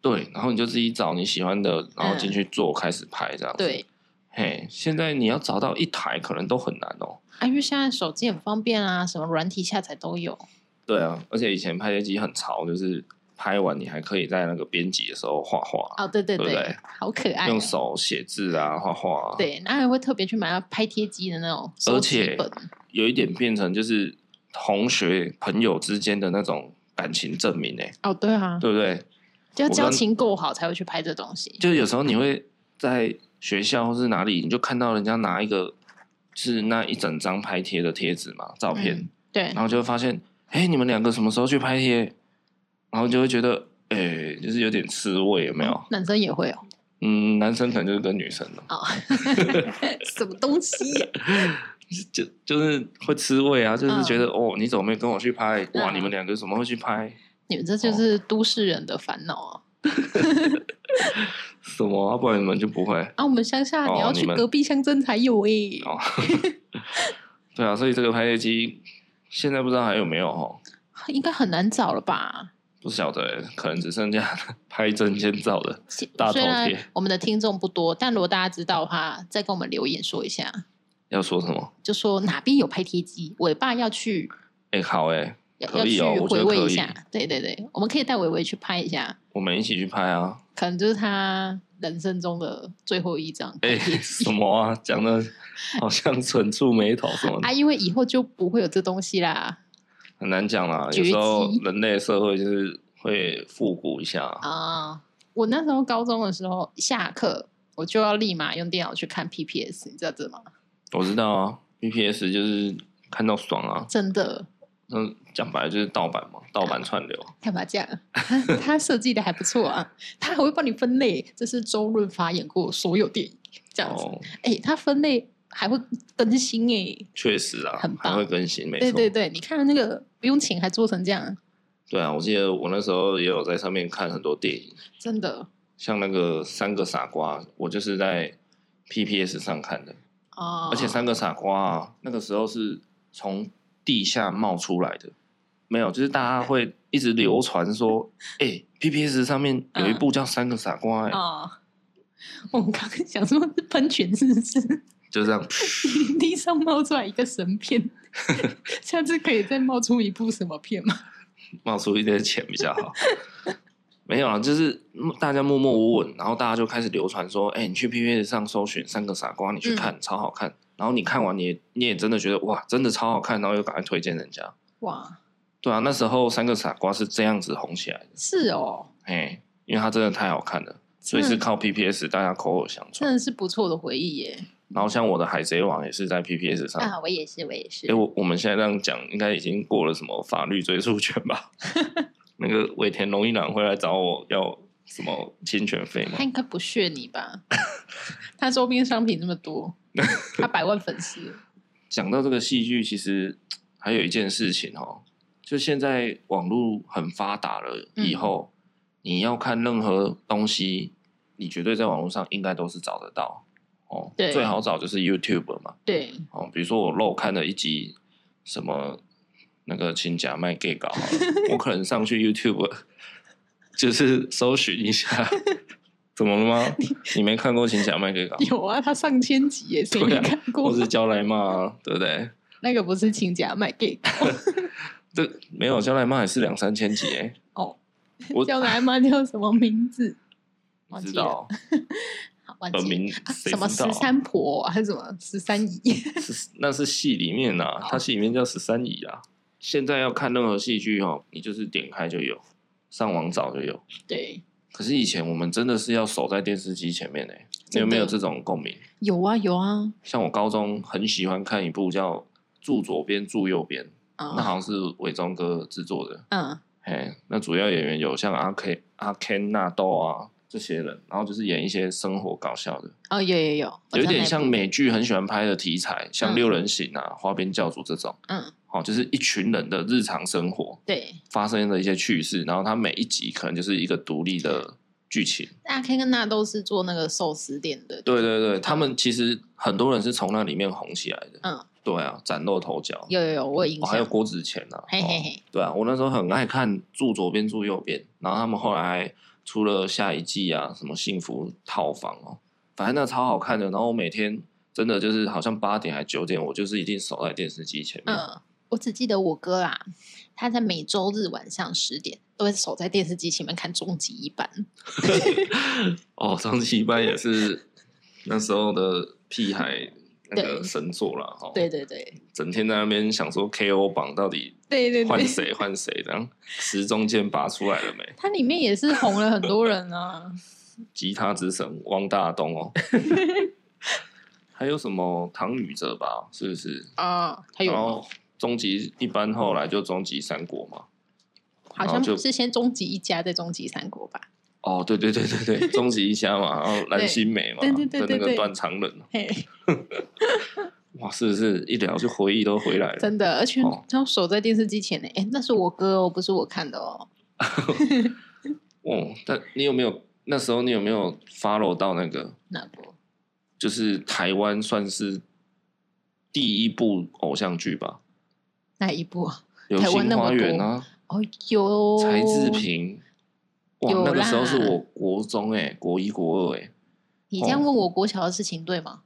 [SPEAKER 1] 对，然后你就自己找你喜欢的，然后进去做，开始拍这样。
[SPEAKER 2] 嗯对，，
[SPEAKER 1] 嘿，现在你要找到一台可能都很难哦。
[SPEAKER 2] 啊，因为现在手机很方便啊，什么软体下载都有。
[SPEAKER 1] 对啊，而且以前拍贴机很潮，就是拍完你还可以在那个编辑的时候画画，
[SPEAKER 2] 哦，对对
[SPEAKER 1] 对不对
[SPEAKER 2] 好可爱、
[SPEAKER 1] 用
[SPEAKER 2] 哦。
[SPEAKER 1] 手写字啊，画画、啊。，
[SPEAKER 2] 对，然后还会特别去买到拍贴机的那种收
[SPEAKER 1] 而
[SPEAKER 2] 集
[SPEAKER 1] 且
[SPEAKER 2] 本，
[SPEAKER 1] 有一点变成就是同学朋友之间的那种感情证明诶、
[SPEAKER 2] 哦，对啊，
[SPEAKER 1] 对不对？
[SPEAKER 2] 就要
[SPEAKER 1] 我
[SPEAKER 2] 交
[SPEAKER 1] 跟
[SPEAKER 2] 情够好才会去拍这东西。
[SPEAKER 1] 就有时候你会在学校或是哪里，你就看到人家拿一个是那一整张拍贴的贴纸嘛，照片，
[SPEAKER 2] 嗯对
[SPEAKER 1] 然后就会发现，哎、你们两个什么时候去拍贴？然后就会觉得，哎、就是有点刺猬，有没有？
[SPEAKER 2] 男生也会哦，
[SPEAKER 1] 嗯，男生可能就是跟女生了，
[SPEAKER 2] 哦 什么东西 呀、
[SPEAKER 1] 就就是会吃味啊，就是觉得、哦，你怎么没跟我去拍？哇，
[SPEAKER 2] 嗯
[SPEAKER 1] 你们两个怎么会去拍？
[SPEAKER 2] 你们这就是
[SPEAKER 1] 哦
[SPEAKER 2] 都市人的烦恼啊！
[SPEAKER 1] 什么、啊？不然你们就不会
[SPEAKER 2] 啊，我们乡下
[SPEAKER 1] 哦
[SPEAKER 2] 你要
[SPEAKER 1] 你
[SPEAKER 2] 去
[SPEAKER 1] 们
[SPEAKER 2] 隔壁乡镇才有欸诶、
[SPEAKER 1] 哦。对啊，所以这个拍贴机现在不知道还有没有哦，
[SPEAKER 2] 应该很难找了吧？
[SPEAKER 1] 不晓得欸、可能只剩下 拍证件照的。
[SPEAKER 2] 虽
[SPEAKER 1] 大头
[SPEAKER 2] 虽然
[SPEAKER 1] 贴
[SPEAKER 2] 我们的听众不多，但如果大家知道的话，再跟我们留言说一下。
[SPEAKER 1] 要说什么？
[SPEAKER 2] 就说哪边有拍贴机，尾巴要去
[SPEAKER 1] 哎、好哎、
[SPEAKER 2] 要
[SPEAKER 1] 可以哦
[SPEAKER 2] 要去
[SPEAKER 1] 我觉
[SPEAKER 2] 回
[SPEAKER 1] 得
[SPEAKER 2] 味
[SPEAKER 1] 可
[SPEAKER 2] 一
[SPEAKER 1] 以
[SPEAKER 2] 下。对对对，我们可以带伟伟去拍一下，
[SPEAKER 1] 我们一起去拍啊！
[SPEAKER 2] 可能就是他人生中的最后一张
[SPEAKER 1] 哎、
[SPEAKER 2] 拍贴机。
[SPEAKER 1] 什么啊？讲的好像蠢蹙眉头什么的
[SPEAKER 2] 哎啊，。因为以后就不会有这东西啦。
[SPEAKER 1] 很难讲啦。
[SPEAKER 2] 绝
[SPEAKER 1] 有
[SPEAKER 2] 迹
[SPEAKER 1] 时候人类社会就是会复古一下，
[SPEAKER 2] 啊、我那时候高中的时候下课，我就要立马用电脑去看 PPS，你知道这吗？
[SPEAKER 1] 我知道啊，BPS 就是看到爽啊，
[SPEAKER 2] 真的
[SPEAKER 1] 那讲白了就是盗版嘛，盗版串流。
[SPEAKER 2] 干嘛这样？ 他他设计的还不错啊，他还会帮你分类，这是周润发演过所有电影这样子。
[SPEAKER 1] 哦，
[SPEAKER 2] 哎、他分类还会更新哎、
[SPEAKER 1] 确实啊
[SPEAKER 2] 很，棒
[SPEAKER 1] 还会更新，没
[SPEAKER 2] 对
[SPEAKER 1] 错。
[SPEAKER 2] 对对，你看那个不用请还做成这样，
[SPEAKER 1] 对啊，我记得我那时候也有在上面看很多电影，
[SPEAKER 2] 真的
[SPEAKER 1] 像那个《三个傻瓜》，我就是在 PPS 上看的，
[SPEAKER 2] 哦。
[SPEAKER 1] 而且《三个傻瓜》啊，那个时候是从地下冒出来的，没有，就是大家会一直流传说，哎、p p s 上面有一部叫《三个傻瓜、欸》，
[SPEAKER 2] 哦，我们刚刚想说是喷泉是不是？
[SPEAKER 1] 就这样，
[SPEAKER 2] 地上冒出来一个神 片，下次可以再冒出一部什么片吗？
[SPEAKER 1] 冒出一点钱比较好。没有啊，就是大家默默无闻，然后大家就开始流传说，哎、你去 PPS 上搜寻《三个傻瓜》，你去看，超好看。然后你看完你也，你也真的觉得哇，真的超好看，然后又赶快推荐人家。
[SPEAKER 2] 哇，
[SPEAKER 1] 对啊，那时候《三个傻瓜》是这样子红起来的，
[SPEAKER 2] 是哦，
[SPEAKER 1] 哎，因为它真的太好看了，所以
[SPEAKER 2] 真
[SPEAKER 1] 是
[SPEAKER 2] 的
[SPEAKER 1] 靠 PPS 大家口耳相传。
[SPEAKER 2] 真的是不错的回忆耶。
[SPEAKER 1] 然后像我的《海贼王》也是在 PPS 上。哎、
[SPEAKER 2] 啊，我也是，我也是。
[SPEAKER 1] 我我们现在这样讲，应该已经过了什么法律追诉权吧？那个尾田荣一郎会来找我要什么侵权费吗
[SPEAKER 2] 他？应该不屑你吧？ 他周边商品那么多，他百万粉丝，
[SPEAKER 1] 讲到这个戏剧，其实还有一件事情哦，就现在网络很发达了
[SPEAKER 2] 嗯
[SPEAKER 1] 以后，你要看任何东西，你绝对在网络上应该都是找得到哦。
[SPEAKER 2] 对
[SPEAKER 1] 最好找就是 YouTube 嘛。
[SPEAKER 2] 对，
[SPEAKER 1] 哦，比如说我漏看了一集什么那个请假卖 gay 稿好 了，我可能上去 YouTube 就是搜寻一下， 怎么了吗？你没看过请假卖 gay 稿，
[SPEAKER 2] 有啊，他上千集耶，谁
[SPEAKER 1] 对
[SPEAKER 2] 没
[SPEAKER 1] 啊
[SPEAKER 2] 看过
[SPEAKER 1] 或？是叫来骂、啊，对不对？
[SPEAKER 2] 那个不是亲家卖给
[SPEAKER 1] 这没
[SPEAKER 2] 嗯
[SPEAKER 1] 有叫来骂也是两三千集哎、
[SPEAKER 2] 哦，
[SPEAKER 1] 我
[SPEAKER 2] 叫来吗？叫什么名字？
[SPEAKER 1] 不
[SPEAKER 2] 忘
[SPEAKER 1] 知
[SPEAKER 2] 记了，
[SPEAKER 1] 道
[SPEAKER 2] 好忘
[SPEAKER 1] 本
[SPEAKER 2] 记了。
[SPEAKER 1] 名
[SPEAKER 2] 啊
[SPEAKER 1] 谁
[SPEAKER 2] 什么
[SPEAKER 1] 知道
[SPEAKER 2] 十
[SPEAKER 1] 啊？
[SPEAKER 2] 三婆、啊、还是什么十三姨？
[SPEAKER 1] 是那是戏里面啊，他戏里面叫十三姨啊。现在要看任何戏剧哦，你就是点开就有，上网找就有。
[SPEAKER 2] 对，
[SPEAKER 1] 可是以前我们真的是要守在电视机前面呢、你
[SPEAKER 2] 真
[SPEAKER 1] 有
[SPEAKER 2] 的
[SPEAKER 1] 没有这种共鸣？
[SPEAKER 2] 有啊有啊
[SPEAKER 1] 像我高中很喜欢看一部叫《住左边住右边》，那
[SPEAKER 2] 啊
[SPEAKER 1] 好像是伟忠哥制作的。
[SPEAKER 2] 嗯
[SPEAKER 1] 嘿，那主要演员有像阿 K、阿 Ken 纳豆啊这些人，然后就是演一些生活搞笑的，
[SPEAKER 2] 哦有有有，我
[SPEAKER 1] 有
[SPEAKER 2] 知道
[SPEAKER 1] 点
[SPEAKER 2] 那一
[SPEAKER 1] 像
[SPEAKER 2] 部
[SPEAKER 1] 美剧很喜欢拍的题材，像
[SPEAKER 2] 嗯
[SPEAKER 1] 六人行啊、花边教主这种。
[SPEAKER 2] 嗯
[SPEAKER 1] 哦，就是一群人的日常生活
[SPEAKER 2] 对，
[SPEAKER 1] 发生的一些趣事，然后它每一集可能就是一个独立的剧情。
[SPEAKER 2] 阿 K 跟纳豆是做那个寿司店的，
[SPEAKER 1] 对对对，他们其实很多人是从那里面红起来的。
[SPEAKER 2] 嗯，
[SPEAKER 1] 对啊，崭露头角。
[SPEAKER 2] 有有有，我有印
[SPEAKER 1] 哦、还有
[SPEAKER 2] 象，
[SPEAKER 1] 郭子乾啊，
[SPEAKER 2] 嘿嘿
[SPEAKER 1] 哦
[SPEAKER 2] 嘿，
[SPEAKER 1] 对啊，我那时候很爱看住左边住右边，然后他们后来还出了下一季啊，什么幸福套房哦，反正那超好看的。然后我每天真的就是好像八点还九点，我就是一定守在电视机前面。
[SPEAKER 2] 嗯，我只记得我哥啦，他在每周日晚上十点都会守在电视机前面看终极一班。
[SPEAKER 1] 哦，张继班也是那时候的屁孩那个
[SPEAKER 2] 对
[SPEAKER 1] 神作啦，哦，
[SPEAKER 2] 对，对对
[SPEAKER 1] 整天在那边想说 KO 榜到底
[SPEAKER 2] 对对
[SPEAKER 1] 换
[SPEAKER 2] 对，
[SPEAKER 1] 谁换谁，这样时钟剑拔出来了没？
[SPEAKER 2] 它里面也是红了很多人 啊。
[SPEAKER 1] 吉他之神汪大东哦，还有什么唐禹哲吧，是不是？
[SPEAKER 2] 啊，还有
[SPEAKER 1] 然
[SPEAKER 2] 吗
[SPEAKER 1] 后终极一般后来就终极三国嘛。
[SPEAKER 2] 好
[SPEAKER 1] 然后
[SPEAKER 2] 像
[SPEAKER 1] 就是
[SPEAKER 2] 先终极一家，再终极三国吧？
[SPEAKER 1] 哦，对对对对 对，终极一家嘛，然后蓝心湄嘛，
[SPEAKER 2] 对对对对
[SPEAKER 1] 跟那个
[SPEAKER 2] 对
[SPEAKER 1] 段长冷，
[SPEAKER 2] 嘿，
[SPEAKER 1] 哇，是不是一聊就回忆都回来了？
[SPEAKER 2] 真的，而且
[SPEAKER 1] 哦
[SPEAKER 2] 他守在电视机前呢。哎，那是我哥哦，不是我看的哦。
[SPEAKER 1] 哦，但你有没有那时候你有没有 follow 到那个？
[SPEAKER 2] 那个
[SPEAKER 1] 就是台湾算是第一部偶像剧吧，
[SPEAKER 2] 那一部啊
[SPEAKER 1] 《流
[SPEAKER 2] 台湾
[SPEAKER 1] 星
[SPEAKER 2] 那么
[SPEAKER 1] 花园》
[SPEAKER 2] 多
[SPEAKER 1] 啊，
[SPEAKER 2] 哦，有
[SPEAKER 1] 柴智，屏。哇，
[SPEAKER 2] 哦有
[SPEAKER 1] 那个时候是
[SPEAKER 2] 啦
[SPEAKER 1] 我国中哎、国一国二哎、
[SPEAKER 2] 你这样问我国小的事情对吗？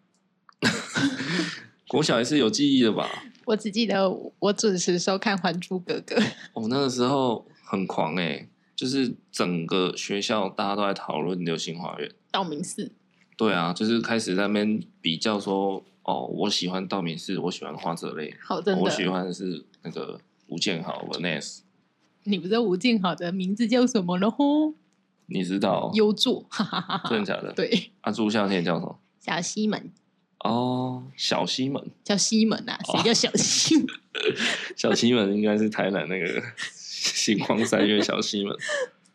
[SPEAKER 1] 国小也是有记忆的吧？
[SPEAKER 2] 我只记得我准时收看《还珠格格》。
[SPEAKER 1] 哦，那个时候很狂哎、就是整个学校大家都在讨论《流星花园》。
[SPEAKER 2] 道明寺。
[SPEAKER 1] 对啊，就是开始在那边比较说，哦，我喜欢道明寺，我喜欢花泽类，
[SPEAKER 2] 好，真
[SPEAKER 1] 我喜
[SPEAKER 2] 的，
[SPEAKER 1] 欢的是那个吴建豪 Vanessa，
[SPEAKER 2] 你不知道吴建豪的名字叫什么了吼？
[SPEAKER 1] 哦你知道？哦
[SPEAKER 2] 优作， 哈哈哈哈
[SPEAKER 1] 真的假的？
[SPEAKER 2] 对，
[SPEAKER 1] 啊，朱孝天叫什么？
[SPEAKER 2] 小西门
[SPEAKER 1] 哦，小西门，
[SPEAKER 2] 叫西门啊，
[SPEAKER 1] 哦
[SPEAKER 2] 谁叫小西门？
[SPEAKER 1] 小西门应该是台南那个 星光三月小西门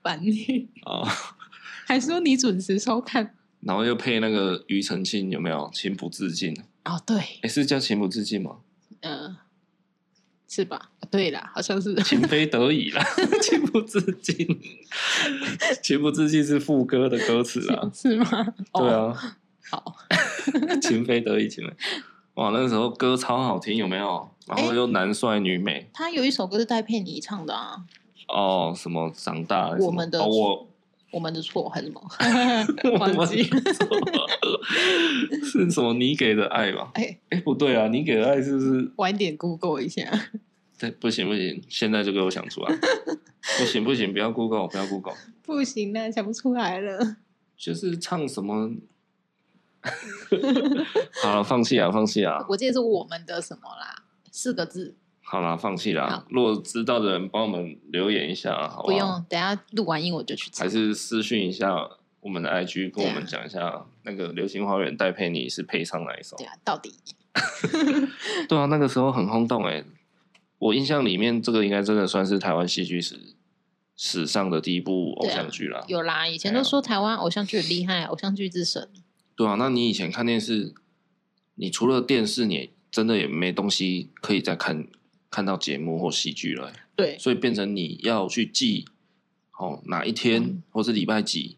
[SPEAKER 2] 烦你，
[SPEAKER 1] 啊、
[SPEAKER 2] 还说你准时收看
[SPEAKER 1] 然后又配那个庾澄庆，有没有？情不自禁，
[SPEAKER 2] 哦，对，
[SPEAKER 1] 哎，是叫情不自禁吗？
[SPEAKER 2] 嗯，是吧？啊对啦，好像是，，
[SPEAKER 1] 情非得已啦， 情不自禁，情不自禁是副歌的歌词啦
[SPEAKER 2] 是吗？
[SPEAKER 1] 啊对
[SPEAKER 2] 哦，
[SPEAKER 1] 啊，
[SPEAKER 2] 好，
[SPEAKER 1] 情非得已，情非。哇，那时候歌超好听，有没有？然后又男帅女美，
[SPEAKER 2] 他有一首歌是戴佩妮唱的啊，
[SPEAKER 1] 哦，什么长大了
[SPEAKER 2] 我
[SPEAKER 1] 什么
[SPEAKER 2] 们的
[SPEAKER 1] 哦我
[SPEAKER 2] 我们的错还是什么？
[SPEAKER 1] 我
[SPEAKER 2] 忘记
[SPEAKER 1] 们 是什么？你给的爱吧？
[SPEAKER 2] 哎，
[SPEAKER 1] 哎、不对啊，你给的爱是不是？
[SPEAKER 2] 晚点 Google 一下。
[SPEAKER 1] 对，不行不行，现在就给我想 出来，不行不行，不要 Google，不要 Google，
[SPEAKER 2] 不行啦，想不出来了。
[SPEAKER 1] 就是唱什 么？好了，放弃啊，放弃啊，
[SPEAKER 2] 我记得是我们的什么啦，四个字，
[SPEAKER 1] 好啦，放弃啦
[SPEAKER 2] 好。
[SPEAKER 1] 如果知道的人帮我们留言一下啊，好
[SPEAKER 2] 不
[SPEAKER 1] 好？
[SPEAKER 2] 用，等一下录完音我就去查
[SPEAKER 1] 还。是私讯一下我们的 IG，跟我们
[SPEAKER 2] 对啊
[SPEAKER 1] 讲一下那个《流星花园》戴佩妮是配唱哪一首
[SPEAKER 2] 对？啊，到底
[SPEAKER 1] 对啊，那个时候很轰动哎、我印象里面，这个应该真的算是台湾戏剧史史上的第一部偶像剧啦。
[SPEAKER 2] 有啦，以前都说台湾偶像剧很厉害，偶像剧之神。
[SPEAKER 1] 对啊，那你以前看电视，你除了电视，你真的也没东西可以再看看到节目或戏剧了欸、
[SPEAKER 2] 对，
[SPEAKER 1] 所以变成你要去记哦哪一天、
[SPEAKER 2] 嗯
[SPEAKER 1] 或是礼拜几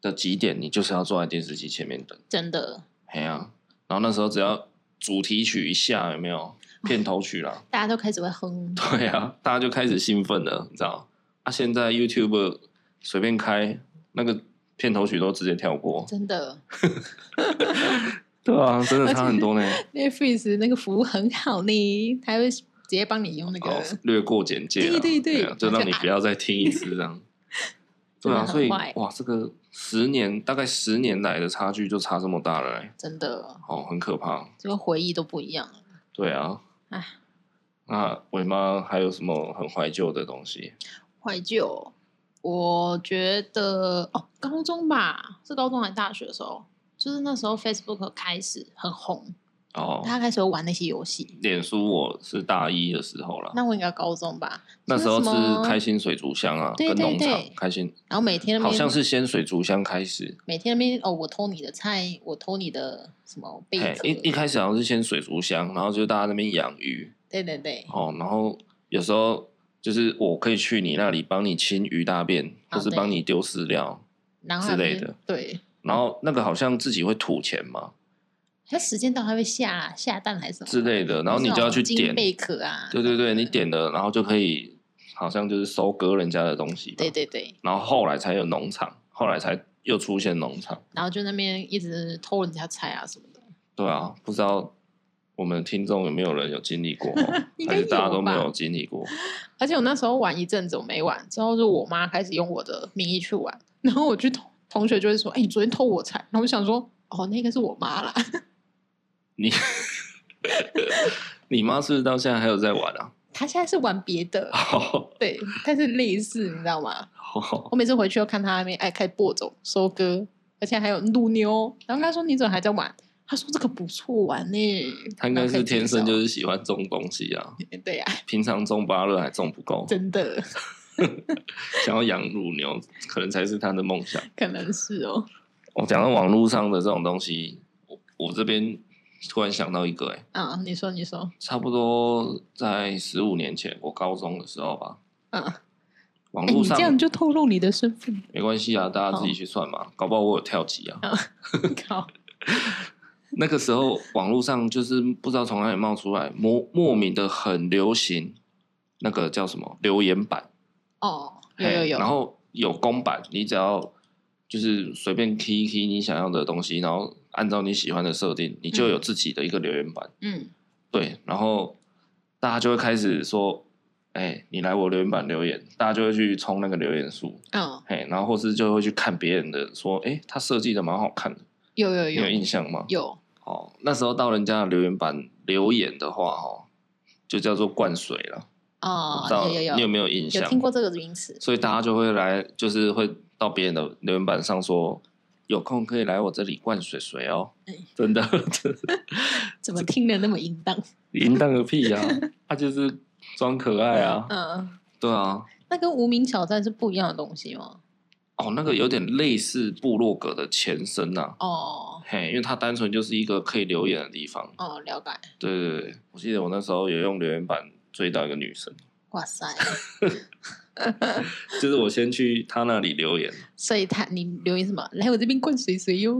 [SPEAKER 1] 的几点，你就是要坐在电视机前面等。
[SPEAKER 2] 真的，
[SPEAKER 1] 嘿啊，然后那时候只要主题曲一下，有没有片头曲啦？
[SPEAKER 2] 大家都开始会哼。
[SPEAKER 1] 对啊，大家就开始兴奋了，你知道？啊，现在 YouTube 随便开那个片头曲都直接跳过，
[SPEAKER 2] 真的
[SPEAKER 1] 对啊，真的差很多呢。
[SPEAKER 2] ，Netflix 那个服务很好呢，他会直接帮你用那
[SPEAKER 1] 哦
[SPEAKER 2] 个，，
[SPEAKER 1] 略过简介啦，
[SPEAKER 2] 对对对
[SPEAKER 1] 啊就让你不要再听一次这 样。对啊，所以
[SPEAKER 2] 真的很坏
[SPEAKER 1] 哇，这个十年大概十年来的差距就差这么大了、欸，
[SPEAKER 2] 真的，
[SPEAKER 1] 哦，很可怕。
[SPEAKER 2] 这个回忆都不一样了。
[SPEAKER 1] 对啊
[SPEAKER 2] 唉，
[SPEAKER 1] 那伟妈还有什么很怀旧的东西？
[SPEAKER 2] 怀旧，我觉得哦，高中吧，是高中还是大学的时候，就是那时候 Facebook 开始很红，
[SPEAKER 1] 哦，
[SPEAKER 2] 大家开始会玩那些游戏。
[SPEAKER 1] 脸书我是大一的时候啦，
[SPEAKER 2] 那我应该高中吧，
[SPEAKER 1] 那时候
[SPEAKER 2] 就是什么
[SPEAKER 1] 是开心水族箱啊，
[SPEAKER 2] 对
[SPEAKER 1] 跟
[SPEAKER 2] 对
[SPEAKER 1] 农场
[SPEAKER 2] 对
[SPEAKER 1] 开心，
[SPEAKER 2] 然后每天那
[SPEAKER 1] 好
[SPEAKER 2] 边
[SPEAKER 1] 像是先水族箱开始。
[SPEAKER 2] 每天那边哦，我偷你的菜，我偷你的什么被
[SPEAKER 1] 嘿
[SPEAKER 2] 子，，
[SPEAKER 1] 一一开始好像是先水族箱，然后就大家在那边养鱼
[SPEAKER 2] 对对对，
[SPEAKER 1] 哦，然后有时候就是我可以去你那里帮你清鱼大便，
[SPEAKER 2] 哦
[SPEAKER 1] 或是
[SPEAKER 2] 对
[SPEAKER 1] 帮你丢饲料，
[SPEAKER 2] 然后
[SPEAKER 1] 之
[SPEAKER 2] 他们
[SPEAKER 1] 类
[SPEAKER 2] 就
[SPEAKER 1] 的，
[SPEAKER 2] 对，
[SPEAKER 1] 然后那个好像自己会吐钱嘛
[SPEAKER 2] 他时间到他会下下蛋还是什么
[SPEAKER 1] 之类的，然后你就要去点，
[SPEAKER 2] 贝壳啊，
[SPEAKER 1] 对对对，你点了，然后就可以好像就是收割人家的东西吧，
[SPEAKER 2] 对对对，
[SPEAKER 1] 然后后来才有农场，后来才又出现农场。
[SPEAKER 2] 然后就那边一直偷人家菜啊什么的，
[SPEAKER 1] 对啊，不知道我们听众有没有人有经历过哦，
[SPEAKER 2] 应该
[SPEAKER 1] 还是大家
[SPEAKER 2] 有
[SPEAKER 1] 都没
[SPEAKER 2] 吧
[SPEAKER 1] 有经历过？
[SPEAKER 2] 而且我那时候玩一阵子，我没玩，之后就我妈开始用我的名义去玩，然后我去同同学就会说：“哎、你昨天偷我菜。”然后我想说：“哦，那个是我妈啦。
[SPEAKER 1] 你 你妈是不是到现在还有在玩啊？”
[SPEAKER 2] 她现在是玩别的，对，但是类似，你知道吗？我每次回去都看她那边哎开始播种、收割，而且还有撸妞。然后她说：“你怎么还在玩？”她说：“这个不错玩呢、
[SPEAKER 1] 她应该是天生就是是喜欢种东西啊，
[SPEAKER 2] 对呀、
[SPEAKER 1] 平常种芭乐还种不够，
[SPEAKER 2] 真的
[SPEAKER 1] 想要养乳牛可能才是她的梦想。
[SPEAKER 2] 可能是哦。
[SPEAKER 1] 我讲到网络上的这种东西，我我这边突然想到一个、欸，
[SPEAKER 2] 啊，你说，你说，
[SPEAKER 1] 差不多在十五年前，我高中的时候吧，
[SPEAKER 2] 啊，
[SPEAKER 1] 网
[SPEAKER 2] 哎、
[SPEAKER 1] 络
[SPEAKER 2] 你
[SPEAKER 1] 上、
[SPEAKER 2] 这样就哦透露你的身 份了。
[SPEAKER 1] 没关系啊，大家自己去算嘛，搞不好我有跳级啊。
[SPEAKER 2] 哦靠，
[SPEAKER 1] 那个时候网络上就是不知道从哪里冒出来，莫莫名的很流行那个叫什么留言板，
[SPEAKER 2] 哦，有有
[SPEAKER 1] 嘿
[SPEAKER 2] 有，
[SPEAKER 1] 然后有公版，你只要就是随便 key 一 key 你想要的东西，然后按照你喜欢的设定，你就有自己的一个留言板。
[SPEAKER 2] 嗯，
[SPEAKER 1] 对，然后大家就会开始说，哎、你来我留言板留言，大家就会去冲那个留言数，
[SPEAKER 2] 嗯，
[SPEAKER 1] 嘿，然后或是就会去看别人的，说，哎、他设计的蛮好看的，
[SPEAKER 2] 有有
[SPEAKER 1] 你有
[SPEAKER 2] 有
[SPEAKER 1] 印象吗？
[SPEAKER 2] 有，
[SPEAKER 1] 哦，那时候到人家的留言板留言的话，哦，就叫做灌水了。
[SPEAKER 2] 哦，
[SPEAKER 1] 到
[SPEAKER 2] 有有有，
[SPEAKER 1] 你有没有印象？
[SPEAKER 2] 有听过这个名词？
[SPEAKER 1] 所以大家就会来，就是会到别人的留言板上说，有空可以来我这里灌水水哦
[SPEAKER 2] 哎，
[SPEAKER 1] 真 的，
[SPEAKER 2] 怎么听得那么淫 荡？
[SPEAKER 1] 淫荡个屁呀、啊，他就是装可爱啊，
[SPEAKER 2] 嗯，
[SPEAKER 1] 对啊，
[SPEAKER 2] 那跟无名小站是不一样的东西吗？
[SPEAKER 1] 哦，那个有点类似部落格的前身呐、啊，
[SPEAKER 2] 哦
[SPEAKER 1] 嘿，因为它单纯就是一个可以留言的地方，
[SPEAKER 2] 哦，了解。
[SPEAKER 1] 对对对，我记得我那时候有用留言板追到一个女生，
[SPEAKER 2] 哇塞，
[SPEAKER 1] 就是我先去她那里留言，
[SPEAKER 2] 所以他你留言什么？来我这边灌水水哟。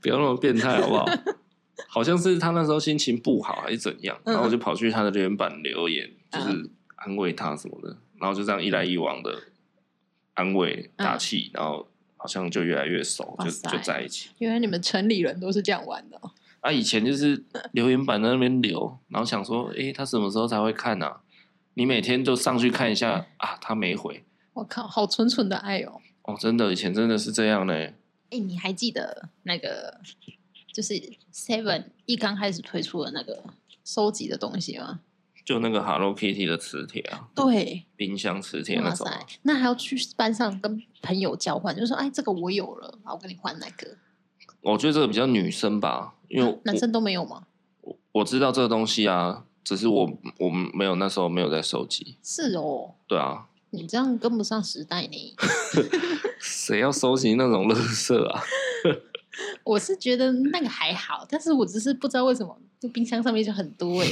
[SPEAKER 1] 不要那么变态好不好？ 好像是他那时候心情不好还是怎样，
[SPEAKER 2] 嗯
[SPEAKER 1] 然后我就跑去他的留言板留言，就是安慰他什么的，然后就这样一来一往的安慰
[SPEAKER 2] 嗯
[SPEAKER 1] 打气，然后好像就越来越熟，
[SPEAKER 2] 哇
[SPEAKER 1] 就
[SPEAKER 2] 塞
[SPEAKER 1] 就在一起。
[SPEAKER 2] 原来你们城里人都是这样玩的哦、
[SPEAKER 1] 啊，以前就是留言板在那边留，然后想说，诶，他什么时候才会看啊？你每天就上去看一下啊，他没回
[SPEAKER 2] 我靠，好纯纯的爱哦！
[SPEAKER 1] 哦，真的，以前真的是这样嘞。
[SPEAKER 2] 哎、你还记得那个就是 Seven 一刚开始推出的那个收集的东西吗？
[SPEAKER 1] 就那个 Hello Kitty 的磁铁啊，
[SPEAKER 2] 对，
[SPEAKER 1] 冰箱磁铁那
[SPEAKER 2] 哇
[SPEAKER 1] 种啊、
[SPEAKER 2] 塞，那还要去班上跟朋友交换，就说哎，这个我有了，啊，我跟你换那个。
[SPEAKER 1] 我觉得这个比较女生吧，因为我
[SPEAKER 2] 男生都没有吗？
[SPEAKER 1] 我我知道这个东西啊，只是我我没有那时候没有在收集。
[SPEAKER 2] 是哦，
[SPEAKER 1] 对啊，
[SPEAKER 2] 你这样跟不上时代呢。
[SPEAKER 1] 谁要收集那种垃圾啊？
[SPEAKER 2] 我是觉得那个还好，但是我只是不知道为什么，这冰箱上面就很多哎、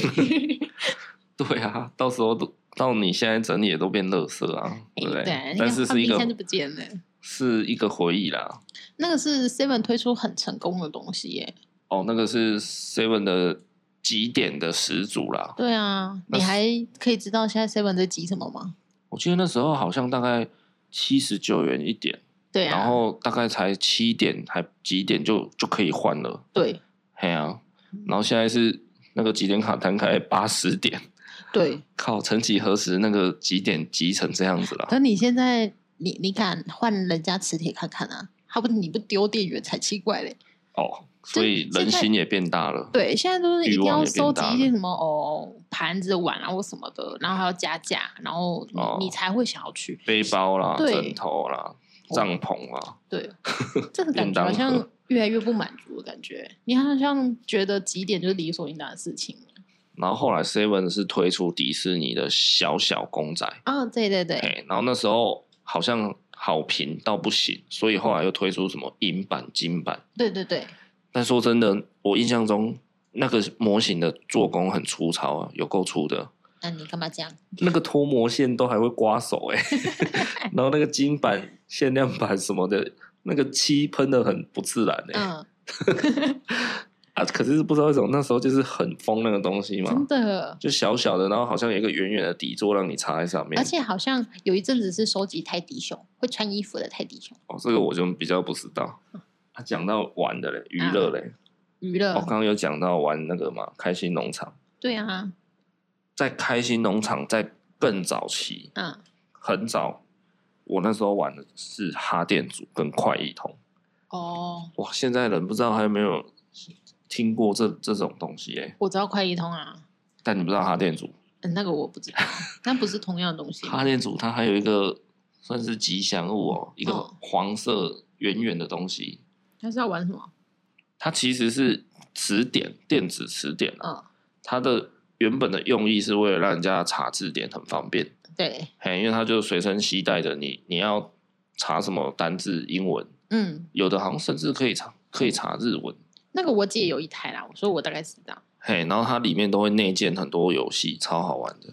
[SPEAKER 1] 对啊，到时候都到你现在整理也都变垃圾啊，对不
[SPEAKER 2] 哎对，
[SPEAKER 1] 但是
[SPEAKER 2] 那个
[SPEAKER 1] 是一
[SPEAKER 2] 冰箱就
[SPEAKER 1] 个
[SPEAKER 2] 不见了。
[SPEAKER 1] 是一个回忆啦。
[SPEAKER 2] 那个是 Seven 推出很成功的东西耶。
[SPEAKER 1] 哦，那个是 Seven 的极点的始祖啦。
[SPEAKER 2] 对啊，
[SPEAKER 1] 那
[SPEAKER 2] 你
[SPEAKER 1] 是
[SPEAKER 2] 还可以知道现在 Seven 在急什么吗？
[SPEAKER 1] 我记得那时候好像大概七十九元一点，
[SPEAKER 2] 对啊，
[SPEAKER 1] 然后大概才七点还几点就就可以换了。
[SPEAKER 2] 对
[SPEAKER 1] 嘿啊，然后现在是那个几点卡摊开八十点，
[SPEAKER 2] 对，
[SPEAKER 1] 靠，曾几何时那个几点集成这样子啦？
[SPEAKER 2] 可你现在你你敢换人家磁铁看看啊？他不你不丢电源才奇怪嘞。
[SPEAKER 1] 哦，所以人心也变大了。
[SPEAKER 2] 对，现在都是一
[SPEAKER 1] 欲
[SPEAKER 2] 定
[SPEAKER 1] 望
[SPEAKER 2] 要
[SPEAKER 1] 也变
[SPEAKER 2] 收集
[SPEAKER 1] 大
[SPEAKER 2] 一些
[SPEAKER 1] 了
[SPEAKER 2] 什么哦盘子碗啊或什么的，然后还要加价，然后你,、
[SPEAKER 1] 哦
[SPEAKER 2] 你才会想要去。
[SPEAKER 1] 背包啦，
[SPEAKER 2] 对哦
[SPEAKER 1] 枕头啦，帐篷啦，
[SPEAKER 2] 对，这个感
[SPEAKER 1] 便
[SPEAKER 2] 觉好
[SPEAKER 1] 当
[SPEAKER 2] 像
[SPEAKER 1] 盒
[SPEAKER 2] 越来越不满足的感觉。你好像觉得几点就是理所应当的事情
[SPEAKER 1] 然后后来 Seven 是推出迪士尼的小小公仔，
[SPEAKER 2] 啊、对对对，
[SPEAKER 1] 哎，然后那时候好像好评到不行，所以后来又推出什么银版、金版。
[SPEAKER 2] 对对对，
[SPEAKER 1] 但说真的，我印象中那个模型的做工很粗糙啊，有够粗的。
[SPEAKER 2] 那你干嘛这样？
[SPEAKER 1] 那个脱模线都还会刮手 哎、然后那个金版、限量版什么的，那个漆喷的很不自然哎、
[SPEAKER 2] 嗯，
[SPEAKER 1] 啊！可是不知道为什么那时候就是很疯那个东西
[SPEAKER 2] 真
[SPEAKER 1] 嘛，
[SPEAKER 2] 的，
[SPEAKER 1] 就小小的，然后好像有一个圆圆的底座让你插在上面
[SPEAKER 2] 而。且好像有一阵子是收集泰迪熊，会穿衣服的泰迪熊，
[SPEAKER 1] 哦，这个我就比较不知道。
[SPEAKER 2] 嗯
[SPEAKER 1] 他、讲到玩的嘞，娱
[SPEAKER 2] 啊
[SPEAKER 1] 乐嘞，
[SPEAKER 2] 娱
[SPEAKER 1] 我、
[SPEAKER 2] 乐，
[SPEAKER 1] 刚刚有讲到玩那个嘛，开心农场，
[SPEAKER 2] 对啊，
[SPEAKER 1] 在开心农场在更早期，
[SPEAKER 2] 嗯，
[SPEAKER 1] 很早，我那时候玩的是哈电组跟快一通。
[SPEAKER 2] 哦，
[SPEAKER 1] 哇，现在人不知道还有没有听过这这种东西哎、
[SPEAKER 2] 我知道快一通啊，
[SPEAKER 1] 但你不知道哈电组，
[SPEAKER 2] 嗯，那个我不 知道，那不是同样的东西吗
[SPEAKER 1] 哈电组它还有一个算是吉祥物哦，一个
[SPEAKER 2] 哦
[SPEAKER 1] 黄色圆圆的东西，
[SPEAKER 2] 他是要玩什么？
[SPEAKER 1] 它其实是词典电子词典啊，
[SPEAKER 2] 嗯，
[SPEAKER 1] 它的原本的用意是为了让人家查字典很方便，
[SPEAKER 2] 对，
[SPEAKER 1] 嘿，因为它就随身携带着你，你要查什么单字英文，
[SPEAKER 2] 嗯，
[SPEAKER 1] 有的好像甚至可以查可以查日文。
[SPEAKER 2] 那个我姐有一台啦，我说我大概知道，
[SPEAKER 1] 嘿，然后它里面都会内建很多游戏，超好玩的。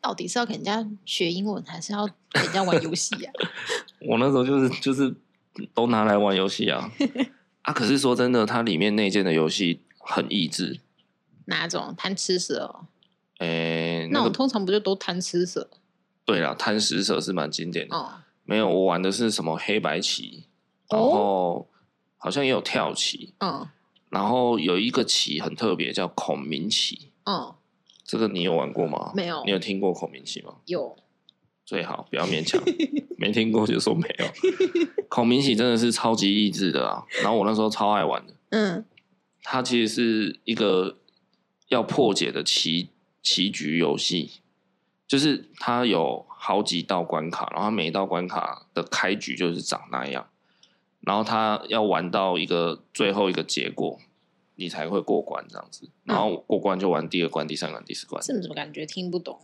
[SPEAKER 2] 到底是要给人家学英文，还是要给人家玩游戏啊 呀？
[SPEAKER 1] 我那时候就是就是都拿来玩游戏 啊啊！可是说真的，它里面内建的游戏很益智，
[SPEAKER 2] 哪种贪吃蛇哦？
[SPEAKER 1] 诶、
[SPEAKER 2] 那
[SPEAKER 1] 那
[SPEAKER 2] 我
[SPEAKER 1] 个
[SPEAKER 2] 通常不就都贪吃蛇
[SPEAKER 1] 对啦，贪食蛇是蛮经典的。
[SPEAKER 2] 哦？
[SPEAKER 1] 没有，我玩的是什么黑白棋，然后好像也有跳棋，
[SPEAKER 2] 嗯
[SPEAKER 1] 然后有一个棋很特别，叫孔明棋。
[SPEAKER 2] 嗯，
[SPEAKER 1] 这个你有玩过吗？
[SPEAKER 2] 没有
[SPEAKER 1] 你有听过孔明棋吗？
[SPEAKER 2] 有
[SPEAKER 1] 最好不要勉 强，没听过就说没有。孔明棋真的是超级益智的啊！然后我那时候超爱玩的。
[SPEAKER 2] 嗯
[SPEAKER 1] 它其实是一个要破解的棋棋局游戏，就是它有好几道关卡，然后每一道关卡的开局就是长那样，然后它要玩到一个最后一个结果，你才会过关这样子，然后过关就玩第二关、第三关、第四关
[SPEAKER 2] 这怎么感觉听不懂？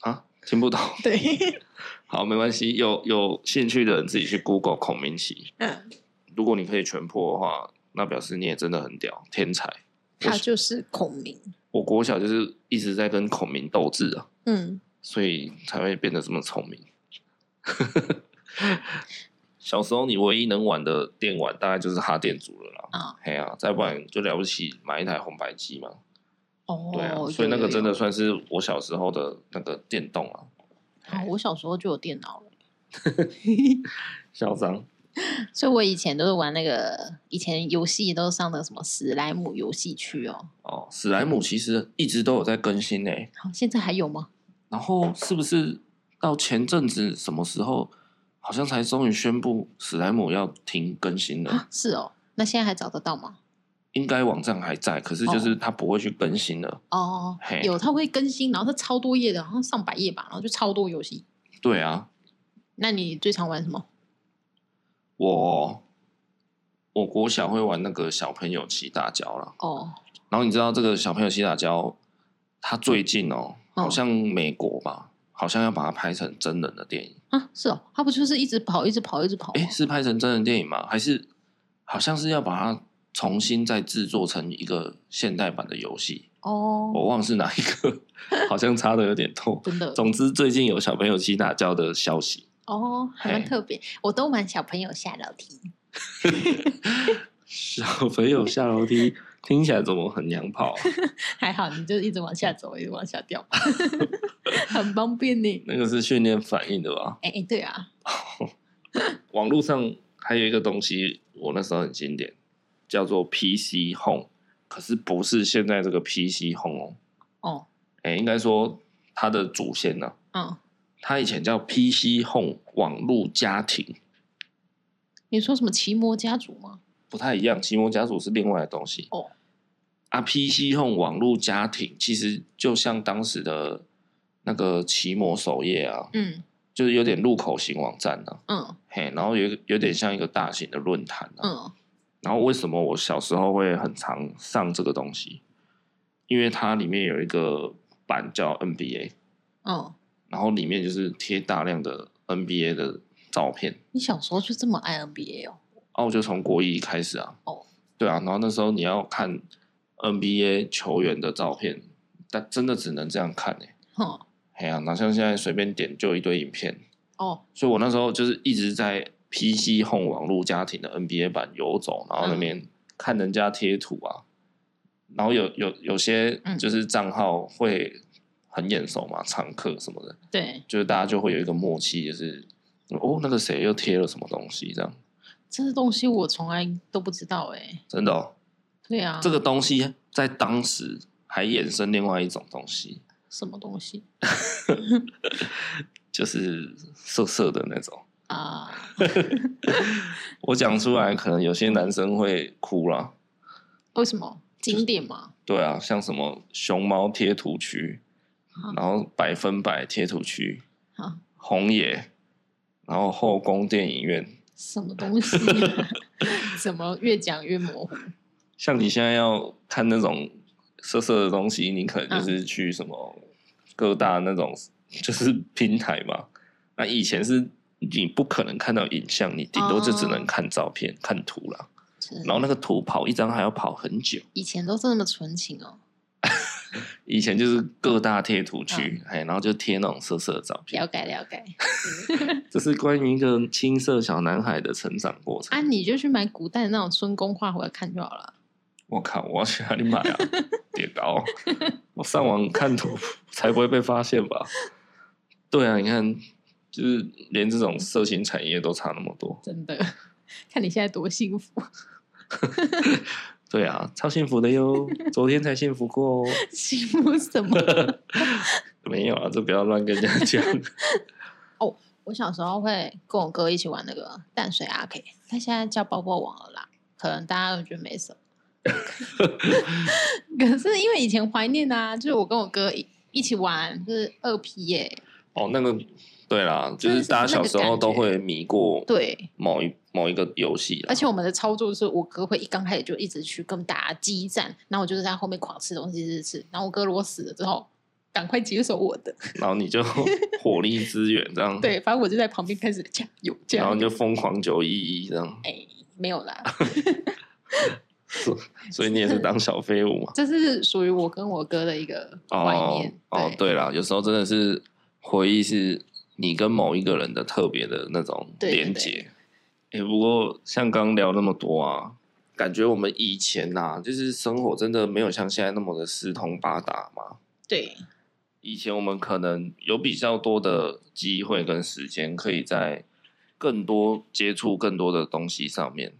[SPEAKER 1] 啊，听不懂。
[SPEAKER 2] 对，
[SPEAKER 1] 好，没关系，有有兴趣的人自己去 Google 孔明棋。
[SPEAKER 2] 嗯，
[SPEAKER 1] 如果你可以全破的话，那表示你也真的很屌，天才。
[SPEAKER 2] 他就是孔明。
[SPEAKER 1] 我国小就是一直在跟孔明斗智啊，
[SPEAKER 2] 嗯，
[SPEAKER 1] 所以才会变得这么聪明。 小时候你唯一能玩的电玩大概就是哈电阻了啦。
[SPEAKER 2] 啊，
[SPEAKER 1] 嘿啊，再不然就了不起买一台红白机嘛。
[SPEAKER 2] 哦，
[SPEAKER 1] 对啊，
[SPEAKER 2] 有
[SPEAKER 1] 所以那个真。
[SPEAKER 2] 有
[SPEAKER 1] 的
[SPEAKER 2] 有
[SPEAKER 1] 算是我小时候的那个电动啊，
[SPEAKER 2] 好我小时候就有电脑了，
[SPEAKER 1] 嚣张。
[SPEAKER 2] 所以我以前都是玩那个，以前游戏都上的什么史莱姆游戏区哦。
[SPEAKER 1] 哦，史莱姆其实一直都有在更新诶、
[SPEAKER 2] 好，现在还有吗？
[SPEAKER 1] 然后是不是到前阵子什么时候，好像才终于宣布史莱姆要停更新了？
[SPEAKER 2] 啊，是哦。那现在还找得到吗？
[SPEAKER 1] 应该网站还在，可是就是它不会去更新了。
[SPEAKER 2] 哦
[SPEAKER 1] 嘿，
[SPEAKER 2] 有，它会更新，然后它超多页的，好像上百页吧，然后就超多游戏。
[SPEAKER 1] 对啊，
[SPEAKER 2] 那你最常玩什么？
[SPEAKER 1] 我我国小会玩那个小朋友骑大脚了。
[SPEAKER 2] 哦，
[SPEAKER 1] 然后你知道这个小朋友骑大脚，他最近哦，
[SPEAKER 2] 嗯
[SPEAKER 1] 好像美国吧，好像要把它拍成真人的电影。
[SPEAKER 2] 啊，是哦，它不就是一直跑，一直跑，一直跑吗
[SPEAKER 1] 诶，？是拍成真人电影吗？还是好像是要把它重新再制作成一个现代版的游戏？
[SPEAKER 2] 哦，
[SPEAKER 1] 我忘是哪一个， 好像差的有点多。
[SPEAKER 2] 真的，
[SPEAKER 1] 总之，最近有小朋友骑大教的消息，
[SPEAKER 2] 哦，还蛮
[SPEAKER 1] 嘿
[SPEAKER 2] 特别。我都玩小朋友下楼梯，
[SPEAKER 1] 小朋友下楼梯听起来怎么很娘炮、啊？
[SPEAKER 2] 还好你就一直往下走，一直往下掉， 很方便呢。
[SPEAKER 1] 那个是训练反应的吧？
[SPEAKER 2] 哎、哎，对啊，
[SPEAKER 1] 网络上还有一个东西，我那时候很经典，叫做 PC Home，可是不是现在这个 PC Home 哦，
[SPEAKER 2] 哦，
[SPEAKER 1] 哎、应该说它的祖先呢、
[SPEAKER 2] 嗯，
[SPEAKER 1] 它以前叫 PC Home 网络家庭，
[SPEAKER 2] 你说什么奇摩家族吗？
[SPEAKER 1] 不太一样，奇摩家族是另外的东西。
[SPEAKER 2] 哦，
[SPEAKER 1] 啊，PC Home 网络家庭其实就像当时的那个奇摩首页啊，
[SPEAKER 2] 嗯
[SPEAKER 1] 就是有点入口型网站啊，
[SPEAKER 2] 嗯
[SPEAKER 1] 嘿，然后有有点像一个大型的论坛啊。
[SPEAKER 2] 嗯，
[SPEAKER 1] 然后为什么我小时候会很常上这个东西？因为它里面有一个版叫 NBA，
[SPEAKER 2] 嗯，
[SPEAKER 1] 然后里面就是贴大量的 NBA 的照片。
[SPEAKER 2] 你小时候就这么爱 NBA 哦？
[SPEAKER 1] 哦，我就从国一开始啊。
[SPEAKER 2] 哦，
[SPEAKER 1] 对啊，然后那时候你要看 NBA 球员的照片，但真的只能这样看诶、
[SPEAKER 2] 哼，
[SPEAKER 1] 哎呀、哪像现在随便点就一堆影片，
[SPEAKER 2] 哦，
[SPEAKER 1] 所以我那时候就是一直在 PC Home 网络家庭的 NBA 版游走，然后那边看人家贴图啊，然后有有有些
[SPEAKER 2] 嗯
[SPEAKER 1] 就是账号会很眼熟嘛，常客什么的，
[SPEAKER 2] 对，
[SPEAKER 1] 就是大家就会有一个默契，就是哦那个谁又贴了什么东西这样，
[SPEAKER 2] 这些东西我从来都不知道哎、
[SPEAKER 1] 真的、哦，
[SPEAKER 2] 对啊，
[SPEAKER 1] 这个东西在当时还衍生另外一种东西，
[SPEAKER 2] 什么东西
[SPEAKER 1] 就是色色的那种。
[SPEAKER 2] 啊？
[SPEAKER 1] 我讲出来，可能有些男生会哭啦。
[SPEAKER 2] 为什么经典嘛？
[SPEAKER 1] 对啊，像什么熊猫贴图区
[SPEAKER 2] 啊，
[SPEAKER 1] 然后百分百贴图区，
[SPEAKER 2] 啊，
[SPEAKER 1] 红野，然后后宫电影院。
[SPEAKER 2] 什么东西、 怎么越讲越模糊？
[SPEAKER 1] 像你现在要看那种色色的东西，你可能就是去什么各大那种就是平台嘛。那以前是你不可能看到影像，你顶多就只能看照片、看图啦。
[SPEAKER 2] 真的
[SPEAKER 1] 然后那个图跑一张还要跑很久。
[SPEAKER 2] 以前都是那么纯情哦，
[SPEAKER 1] 以前就是各大贴图区，哎、然后就贴那种色色的照片。
[SPEAKER 2] 了解了解。
[SPEAKER 1] 这是关于一个青涩小男孩的成长过程。
[SPEAKER 2] 啊，你就去买古代的那种孙公画回来看就好了。
[SPEAKER 1] 我靠，我要去哪里买 啊？别搞，我上网看图才不会被发现吧？对啊，你看，就是连这种色情产业都差那么多。
[SPEAKER 2] 真的， 看你现在多幸福，
[SPEAKER 1] 对啊，超幸福的哟，昨天才幸福过哦。
[SPEAKER 2] 幸福什么？
[SPEAKER 1] 没有啊，这不要乱跟人家讲。
[SPEAKER 2] 我小时候会跟我哥一起玩那个淡水阿 K，他现在叫包包网了啦，可能大家都觉得没什么。 可是因为以前怀念啊，就是我跟我哥一一起玩，就是二 P 耶、
[SPEAKER 1] 哦，那个对啦，就
[SPEAKER 2] 真的
[SPEAKER 1] 是
[SPEAKER 2] 是
[SPEAKER 1] 大家
[SPEAKER 2] 那
[SPEAKER 1] 小
[SPEAKER 2] 个
[SPEAKER 1] 时候
[SPEAKER 2] 感
[SPEAKER 1] 都
[SPEAKER 2] 觉
[SPEAKER 1] 会迷过
[SPEAKER 2] 对，
[SPEAKER 1] 某一某一个游戏啦，啊
[SPEAKER 2] 而且我们的操作是我哥会一刚开始就一直去跟打激战，然后我就是在后面狂吃东西吃吃，然后我哥如果死了之后，赶快接手我的，
[SPEAKER 1] 然后你就火力支援这样，，
[SPEAKER 2] 对，反正我就在旁边开始加油
[SPEAKER 1] 然
[SPEAKER 2] 加
[SPEAKER 1] 后你
[SPEAKER 2] 油，
[SPEAKER 1] 就疯狂九一一这样，
[SPEAKER 2] 哎、没有啦，
[SPEAKER 1] 所以你也是当小废物嘛。
[SPEAKER 2] 这是属于我跟我哥的一个 怀
[SPEAKER 1] 哦
[SPEAKER 2] 念，
[SPEAKER 1] 哦，对啦，有时候真的是回忆是你跟某一个人的特别的那种
[SPEAKER 2] 对对
[SPEAKER 1] 连
[SPEAKER 2] 对
[SPEAKER 1] 结。哎、不过像刚聊那么多啊，感觉我们以前呐、就是生活真的没有像现在那么的四通八达嘛。
[SPEAKER 2] 对
[SPEAKER 1] 以前我们可能有比较多的机会跟时间，可以在更多接触更多的东西上 面。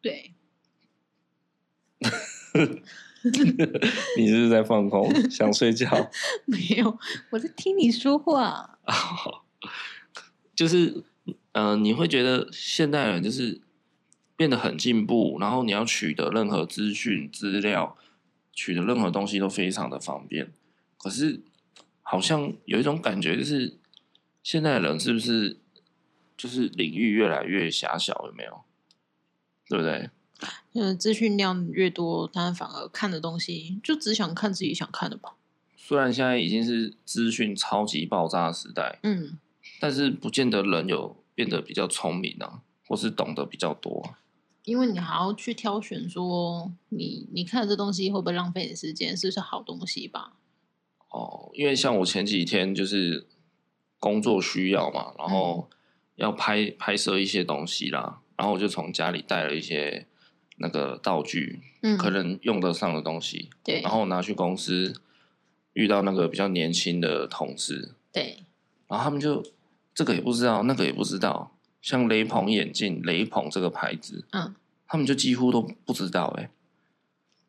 [SPEAKER 2] 对，
[SPEAKER 1] 你是不是在放空，想睡觉？
[SPEAKER 2] 没有，我在听你说话，
[SPEAKER 1] 就是，呃，你会觉得现代人就是变得很进步，然后你要取得任何资讯资料，取得任何东西都非常的方便。可是，好像有一种感觉，就是现代人是不是就是领域越来越狭小？有没有？对不对？
[SPEAKER 2] 嗯，资讯量越多，他反而看的东西就只想看自己想看的吧，
[SPEAKER 1] 虽然现在已经是资讯超级爆炸的时代，
[SPEAKER 2] 嗯，
[SPEAKER 1] 但是不见得人有变得比较聪明啊，或是懂得比较多啊、
[SPEAKER 2] 因为你还要去挑选说你你看这东西会不会浪费你时间，是不是好东西吧？
[SPEAKER 1] 哦，因为像我前几天就是工作需要嘛，然后
[SPEAKER 2] 嗯
[SPEAKER 1] 要拍拍摄一些东西啦，然后我就从家里带了一些那个道具，
[SPEAKER 2] 嗯，
[SPEAKER 1] 可能用得上的东西，
[SPEAKER 2] 对
[SPEAKER 1] 然后拿去公司遇到那个比较年轻的同事，
[SPEAKER 2] 对，
[SPEAKER 1] 然后他们就这个也不知道，那个也不知道，像雷朋眼镜、雷朋这个牌子，
[SPEAKER 2] 嗯，
[SPEAKER 1] 他们就几乎都不知道哎、欸。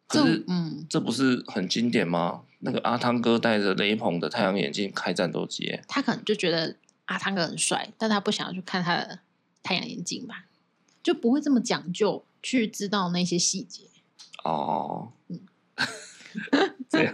[SPEAKER 2] 这
[SPEAKER 1] 可是，
[SPEAKER 2] 嗯，
[SPEAKER 1] 这不是很经典吗？那个阿汤哥戴着雷朋的太阳眼镜开战斗机欸，
[SPEAKER 2] 他可能就觉得啊阿汤哥很帅，但他不想要去看他的太阳眼镜吧，就不会这么讲究去知道那些细节。
[SPEAKER 1] 哦，这样，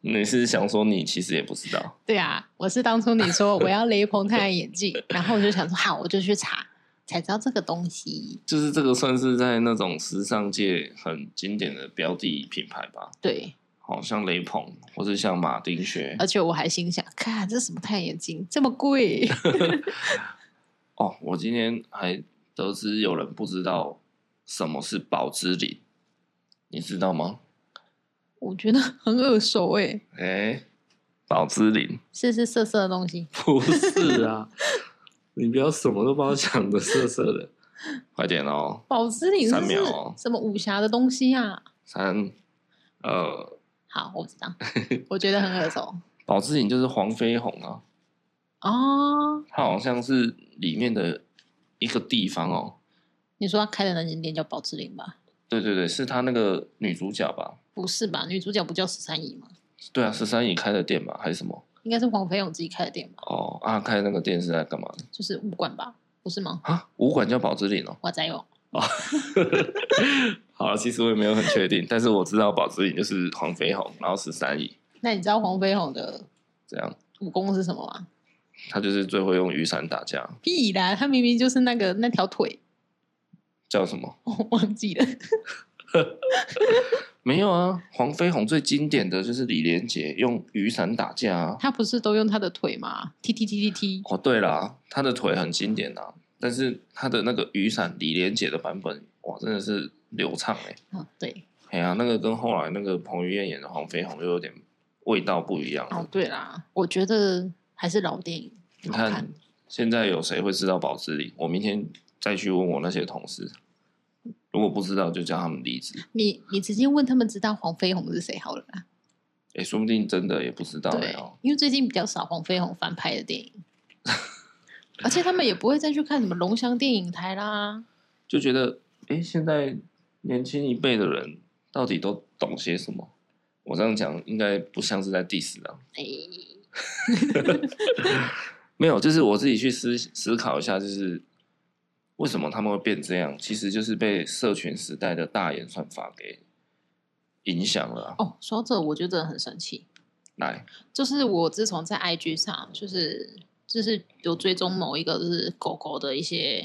[SPEAKER 1] 你是想说你其实也不知道？
[SPEAKER 2] 对啊，我是当初你说我要雷朋太阳眼镜，然后我就想说好，我就去查，才知道这个东西。
[SPEAKER 1] 就是这个算是在那种时尚界很经典的标的品牌吧，
[SPEAKER 2] 对，
[SPEAKER 1] 好、像雷朋或是像马丁靴
[SPEAKER 2] 而且我还心想，看这什么太阳眼镜这么 贵？
[SPEAKER 1] 哦。我今天还得知有人不知道什么是宝芝林，你知道吗？
[SPEAKER 2] 我觉得很耳熟哎、
[SPEAKER 1] 哎、宝芝林。
[SPEAKER 2] 是是色色的东西。
[SPEAKER 1] 不是啊，你不要什么都把我讲的色色的，快点哦！
[SPEAKER 2] 宝芝林是
[SPEAKER 1] 三
[SPEAKER 2] 不
[SPEAKER 1] 秒哦
[SPEAKER 2] 是什么武侠的东西啊？
[SPEAKER 1] 三，呃，
[SPEAKER 2] 好，我 知道，我觉得很耳熟
[SPEAKER 1] 宝芝林就是黄飞鸿啊，
[SPEAKER 2] 哦。
[SPEAKER 1] 它好像是里面的一个地方哦。
[SPEAKER 2] 你说他开的那间店叫宝芝林吧？
[SPEAKER 1] 对对对，是他那个女主角吧？
[SPEAKER 2] 不是吧？女主角不叫十三姨吗？
[SPEAKER 1] 对啊，十三姨开的店吧，还是什么？
[SPEAKER 2] 应该是黄飞鸿自己开的店吧？
[SPEAKER 1] 哦啊，开那个店是在干嘛的
[SPEAKER 2] 就是武馆吧？不是吗？
[SPEAKER 1] 啊？武馆叫宝芝林哦。
[SPEAKER 2] 我在哦。
[SPEAKER 1] 好了，其实我也没有很确 定，但是我知道宝芝林就是黄飞鸿，然后十三姨
[SPEAKER 2] 那你知道黄飞鸿的
[SPEAKER 1] 这样，
[SPEAKER 2] 武功是什么吗？
[SPEAKER 1] 他就是最会用雨伞打架，
[SPEAKER 2] 屁啦，他明明就是那个那条腿，
[SPEAKER 1] 叫什么？
[SPEAKER 2] 我忘记了。
[SPEAKER 1] 没有啊，黄飞鸿最经典的就是李连杰用雨伞打架啊。
[SPEAKER 2] 他不是都用他的腿吗？踢踢踢踢踢。
[SPEAKER 1] 哦，对啦，他的腿很经典啊，但是他的那个雨伞李连杰的版本，哇，真的是流畅哎、欸。
[SPEAKER 2] 哦，对，
[SPEAKER 1] 哎呀、那个跟后来那个彭于晏演的黄飞鸿又有点味道不一样了。
[SPEAKER 2] 哦对啦，我觉得还是老电影
[SPEAKER 1] 你
[SPEAKER 2] 好
[SPEAKER 1] 看
[SPEAKER 2] 看。
[SPEAKER 1] 现在有谁会知道宝芝林？我明天再去问我那些同事，如果不知道就叫他们离职。
[SPEAKER 2] 你你直接问他们知道黄飞鸿是谁好了啦。
[SPEAKER 1] 哎、说不定真的也不知道了
[SPEAKER 2] 对
[SPEAKER 1] 哦。，
[SPEAKER 2] 因为最近比较少黄飞鸿翻拍的电影， 而且他们也不会再去看什么龙翔电影台啦。
[SPEAKER 1] 就觉得，哎、现在年轻一辈的人到底都懂些什么？我这样讲应该不像是在 diss 啊，
[SPEAKER 2] 哎，
[SPEAKER 1] 没有，就是我自己去思思考一下，就是为什么他们会变这样？其实就是被社群时代的大演算法给影响了啊、
[SPEAKER 2] 哦，说到这我就真的很生气，
[SPEAKER 1] 来，
[SPEAKER 2] 就是我自从在 IG 上，就是就是有追踪某一个就是狗狗的一些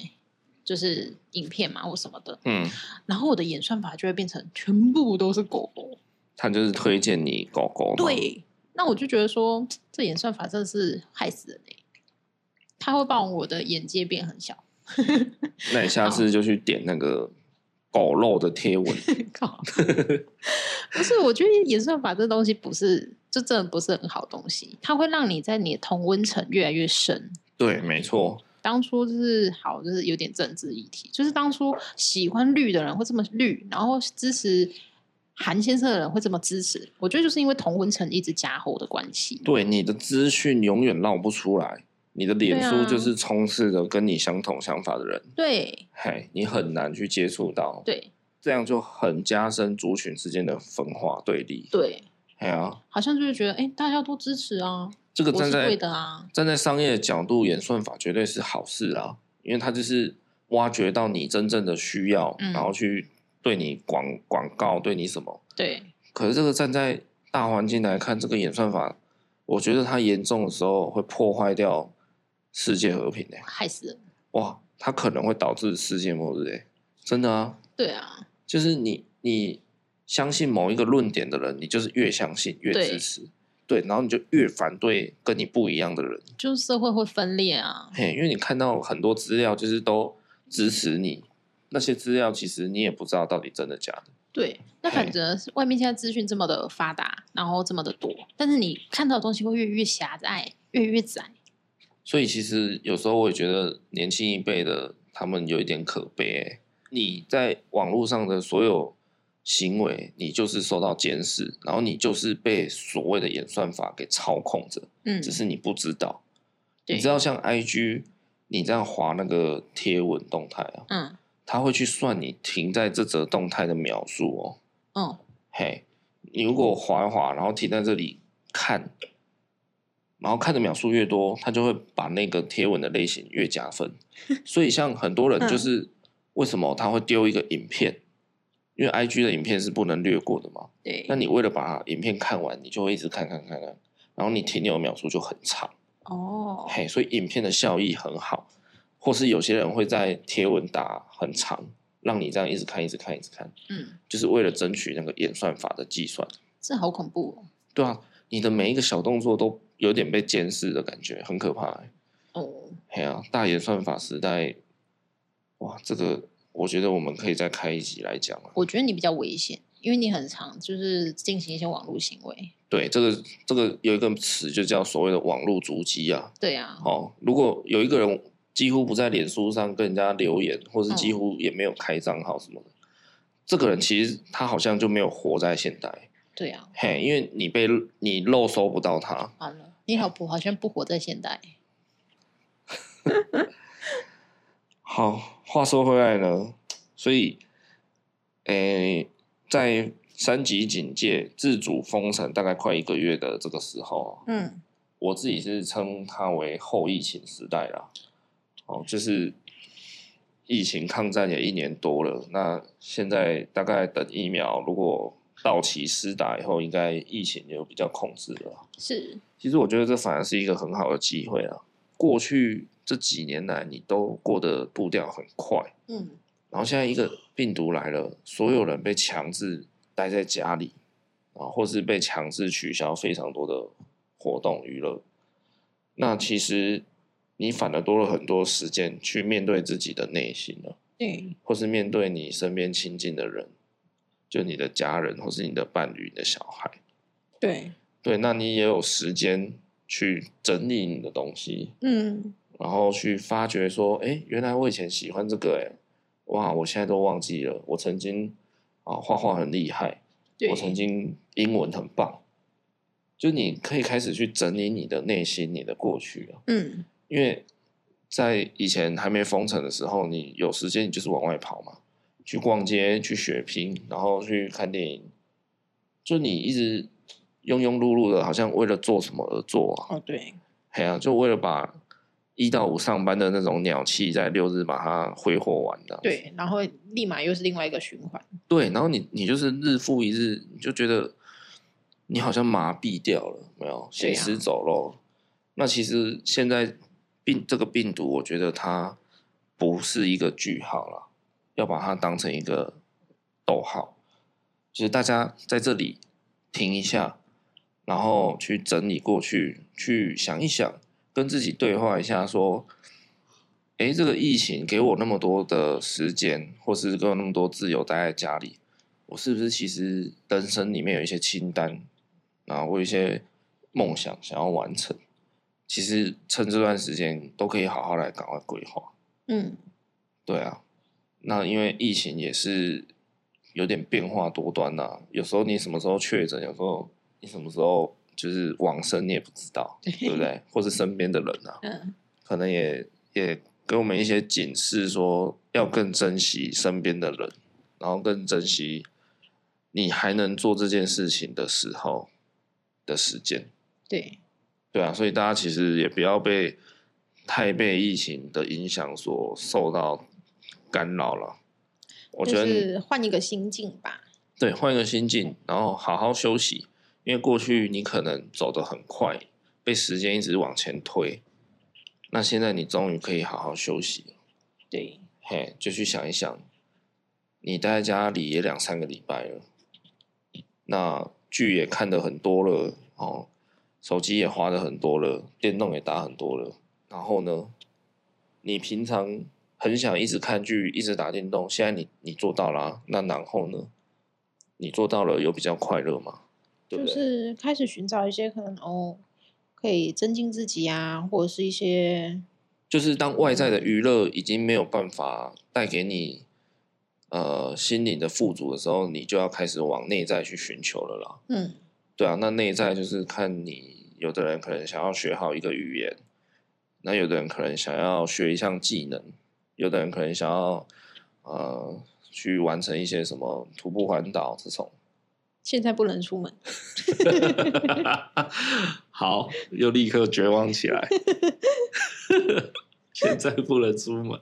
[SPEAKER 2] 就是影片嘛或什么的，
[SPEAKER 1] 嗯，
[SPEAKER 2] 然后我的演算法就会变成全部都是狗狗，
[SPEAKER 1] 他就是推荐你狗狗嘛，
[SPEAKER 2] 对，那我就觉得说这演算法真的是害死人哎、它会把我的眼界变很小，
[SPEAKER 1] 那你下次就去点那个狗肉的贴文，
[SPEAKER 2] 靠！不是，我觉得演算法这东西不是，就真的不是很好东西，它会让你在你的同温层越来越深。
[SPEAKER 1] 对，没错，
[SPEAKER 2] 当初就是好，就是有点政治议题，就是当初喜欢绿的人会这么绿，然后支持韩先生的人会这么支持，我觉得就是因为同温层一直加厚的关系。
[SPEAKER 1] 对，你的资讯永远绕不出来，你的脸
[SPEAKER 2] 对
[SPEAKER 1] 书
[SPEAKER 2] 啊
[SPEAKER 1] 就是充斥着跟你相同想法的人，
[SPEAKER 2] 对
[SPEAKER 1] 嘿，你很难去接触到，
[SPEAKER 2] 对
[SPEAKER 1] 这样就很加深族群之间的分化对立，
[SPEAKER 2] 对，
[SPEAKER 1] 哎呀，
[SPEAKER 2] 好像就是觉得哎、大家都支持啊，
[SPEAKER 1] 这个
[SPEAKER 2] 我
[SPEAKER 1] 站
[SPEAKER 2] 是
[SPEAKER 1] 在
[SPEAKER 2] 对的啊，
[SPEAKER 1] 站在商业的角度，演算法绝对是好事啊，因为它就是挖掘到你真正的需要，
[SPEAKER 2] 嗯
[SPEAKER 1] 然后去对你广广告，对你什么。
[SPEAKER 2] 对
[SPEAKER 1] 可是这个站在大环境来看，这个演算法，我觉得它严重的时候会破坏掉世界和平诶、欸
[SPEAKER 2] 害死人，
[SPEAKER 1] 哇，它可能会导致世界末日诶、真的啊，
[SPEAKER 2] 对啊，
[SPEAKER 1] 就是你你相信某一个论点的人，你就是越相信越
[SPEAKER 2] 对
[SPEAKER 1] 支持，对，然后你就越反对跟你不一样的人。
[SPEAKER 2] 就是社会会分裂啊，
[SPEAKER 1] 嘿，因为你看到很多资料，就是都支持你，那些资料其实你也不知道到底真的假的。
[SPEAKER 2] 对，那反
[SPEAKER 1] 嘿
[SPEAKER 2] 正是外面现在资讯这么的发达，然后这么的多，但是你看到的东西会越来越狭隘，越来越窄。
[SPEAKER 1] 所以其实有时候我也觉得年轻一辈的他们有一点可悲、欸。你在网络上的所有行为，你就是受到监视，然后你就是被所谓的演算法给操控着，
[SPEAKER 2] 嗯，
[SPEAKER 1] 只是你不知道。
[SPEAKER 2] 对
[SPEAKER 1] 你知道像 IG，你这样划那个贴文动态啊，
[SPEAKER 2] 嗯
[SPEAKER 1] 它会去算你停在这则动态的秒数哦。
[SPEAKER 2] 嗯，
[SPEAKER 1] 嘿，你如果滑一滑，然后停在这里看，然后看的秒数越多，它就会把那个贴文的类型越加 分。所以像很多人
[SPEAKER 2] 嗯
[SPEAKER 1] 就是、为什么他会丢一个影片，因为 IG 的影片是不能略过的嘛。
[SPEAKER 2] 对
[SPEAKER 1] 那，你为了把影片看完，你就会一直看看看看，然后你停留的秒数就很长。
[SPEAKER 2] 哦，
[SPEAKER 1] 嘿，所以影片的效益很好，或是有些人会在贴文打很长，让你这样一直看一直看一直看，
[SPEAKER 2] 嗯，
[SPEAKER 1] 就是为了争取那个演算法的计算。
[SPEAKER 2] 这好恐怖
[SPEAKER 1] 对啊，你的每一个小动作都有点被监视的感觉，很可怕、欸。
[SPEAKER 2] 哦。哦，
[SPEAKER 1] 嘿啊，大演算法时代，哇，这个我觉得我们可以再开一集来讲啊。
[SPEAKER 2] 我觉得你比较危险，因为你很常就是进行一些网络行为。
[SPEAKER 1] 对，这个这个有一个词就叫所谓的网络足迹啊。
[SPEAKER 2] 对啊，
[SPEAKER 1] 哦，如果有一个人几乎不在脸书上跟人家留言，或是几
[SPEAKER 2] 嗯
[SPEAKER 1] 乎也没有开账号什么的，这个人其实他好像就没有活在现代。
[SPEAKER 2] 对啊，
[SPEAKER 1] 嘿，因为你被你漏搜不到他，
[SPEAKER 2] 完了，你好不好像不活在现代。
[SPEAKER 1] 好，话说回来呢，所以，诶、在三级警戒、自主封城大概快一个月的这个时候，啊
[SPEAKER 2] 嗯，
[SPEAKER 1] 我自己是称它为后疫情时代啦。哦，就是疫情抗战也一年多了，那现在大概等疫苗如果到期施打以后，应该疫情就比较控制了。
[SPEAKER 2] 是，
[SPEAKER 1] 其实我觉得这反而是一个很好的机会啊。过去这几年来，你都过得步调很快，
[SPEAKER 2] 嗯，
[SPEAKER 1] 然后现在一个病毒来了，所有人被强制待在家里啊，或是被强制取消非常多的活动娱乐。那其实你反而多了很多时间去面对自己的内心了、
[SPEAKER 2] 对，
[SPEAKER 1] 或是面对你身边亲近的人，就你的家人，或是你的伴侣、你的小孩。
[SPEAKER 2] 对，
[SPEAKER 1] 对，那你也有时间去整理你的东西，
[SPEAKER 2] 嗯，
[SPEAKER 1] 然后去发掘说，哎，原来我以前喜欢这个，哎，哇，我现在都忘记了，我曾经啊画画很厉害，
[SPEAKER 2] 对
[SPEAKER 1] 我，曾经英文很棒，就你可以开始去整理你的内心，你的过去啊，
[SPEAKER 2] 嗯，
[SPEAKER 1] 因为在以前还没封城的时候，你有时间你就是往外跑嘛，去逛街、去血拼，然后去看电影，就你一直庸庸碌碌的，好像为了做什么而做啊，
[SPEAKER 2] 哦，对，
[SPEAKER 1] 哎呀、就为了把一到五上班的那种鸟气，在六日把它挥霍完的。
[SPEAKER 2] 对，然后立马又是另外一个循环。
[SPEAKER 1] 对，然后你你就是日复一日，你就觉得你好像麻痹掉了，没有
[SPEAKER 2] 对
[SPEAKER 1] 行
[SPEAKER 2] 啊
[SPEAKER 1] 尸走肉。那其实现在病这个病毒，我觉得它不是一个句号了，要把它当成一个逗号，就是大家在这里停一下，然后去整理过去，去想一想，跟自己对话一下，说。诶，这个疫情给我那么多的时间，或是给我那么多自由待在家里，我是不是其实人生里面有一些清单，然后我有一些梦想想要完成，其实趁这段时间都可以好好来赶快规划。
[SPEAKER 2] 嗯，
[SPEAKER 1] 对啊，那因为疫情也是有点变化多端呐、有时候你什么时候确诊，有时候你什么时候就是往生，你也不知道，
[SPEAKER 2] 对
[SPEAKER 1] 对不对？或是身边的人啊，
[SPEAKER 2] 嗯，
[SPEAKER 1] 可能也也给我们一些警示，说要更珍惜身边的人，然后更珍惜你还能做这件事情的时候的时间。
[SPEAKER 2] 对，
[SPEAKER 1] 对啊，所以大家其实也不要被太被疫情的影响所受到干扰了。我觉
[SPEAKER 2] 就
[SPEAKER 1] 得你
[SPEAKER 2] 是换一个心境吧。
[SPEAKER 1] 对，换一个心境，然后好好休息，因为过去你可能走得很快，被时间一直往前推，那现在你终于可以好好休息了，
[SPEAKER 2] 对，
[SPEAKER 1] 嘿，就去想一想，你待在家里也两三个礼拜了，那剧也看得很多了，哦，手机也花的很多了，电动也打很多了，然后呢，你平常很想一直看剧、一直打电动，现在你你做到啦、那然后呢？你做到了有比较快乐吗？对不
[SPEAKER 2] 就
[SPEAKER 1] 对？
[SPEAKER 2] 是开始寻找一些可能哦，可以增进自己啊，或者是一些
[SPEAKER 1] 就是当外在的娱乐已经没有办法带给你呃心灵的富足的时候，你就要开始往内在去寻求了啦。
[SPEAKER 2] 嗯，
[SPEAKER 1] 对啊，那内在就是看你，有的人可能想要学好一个语言，那有的人可能想要学一项技能，有的人可能想要呃去完成一些什么徒步环岛这种。
[SPEAKER 2] 现在不能出门。
[SPEAKER 1] 好，又立刻绝望起来。 现在不能出门，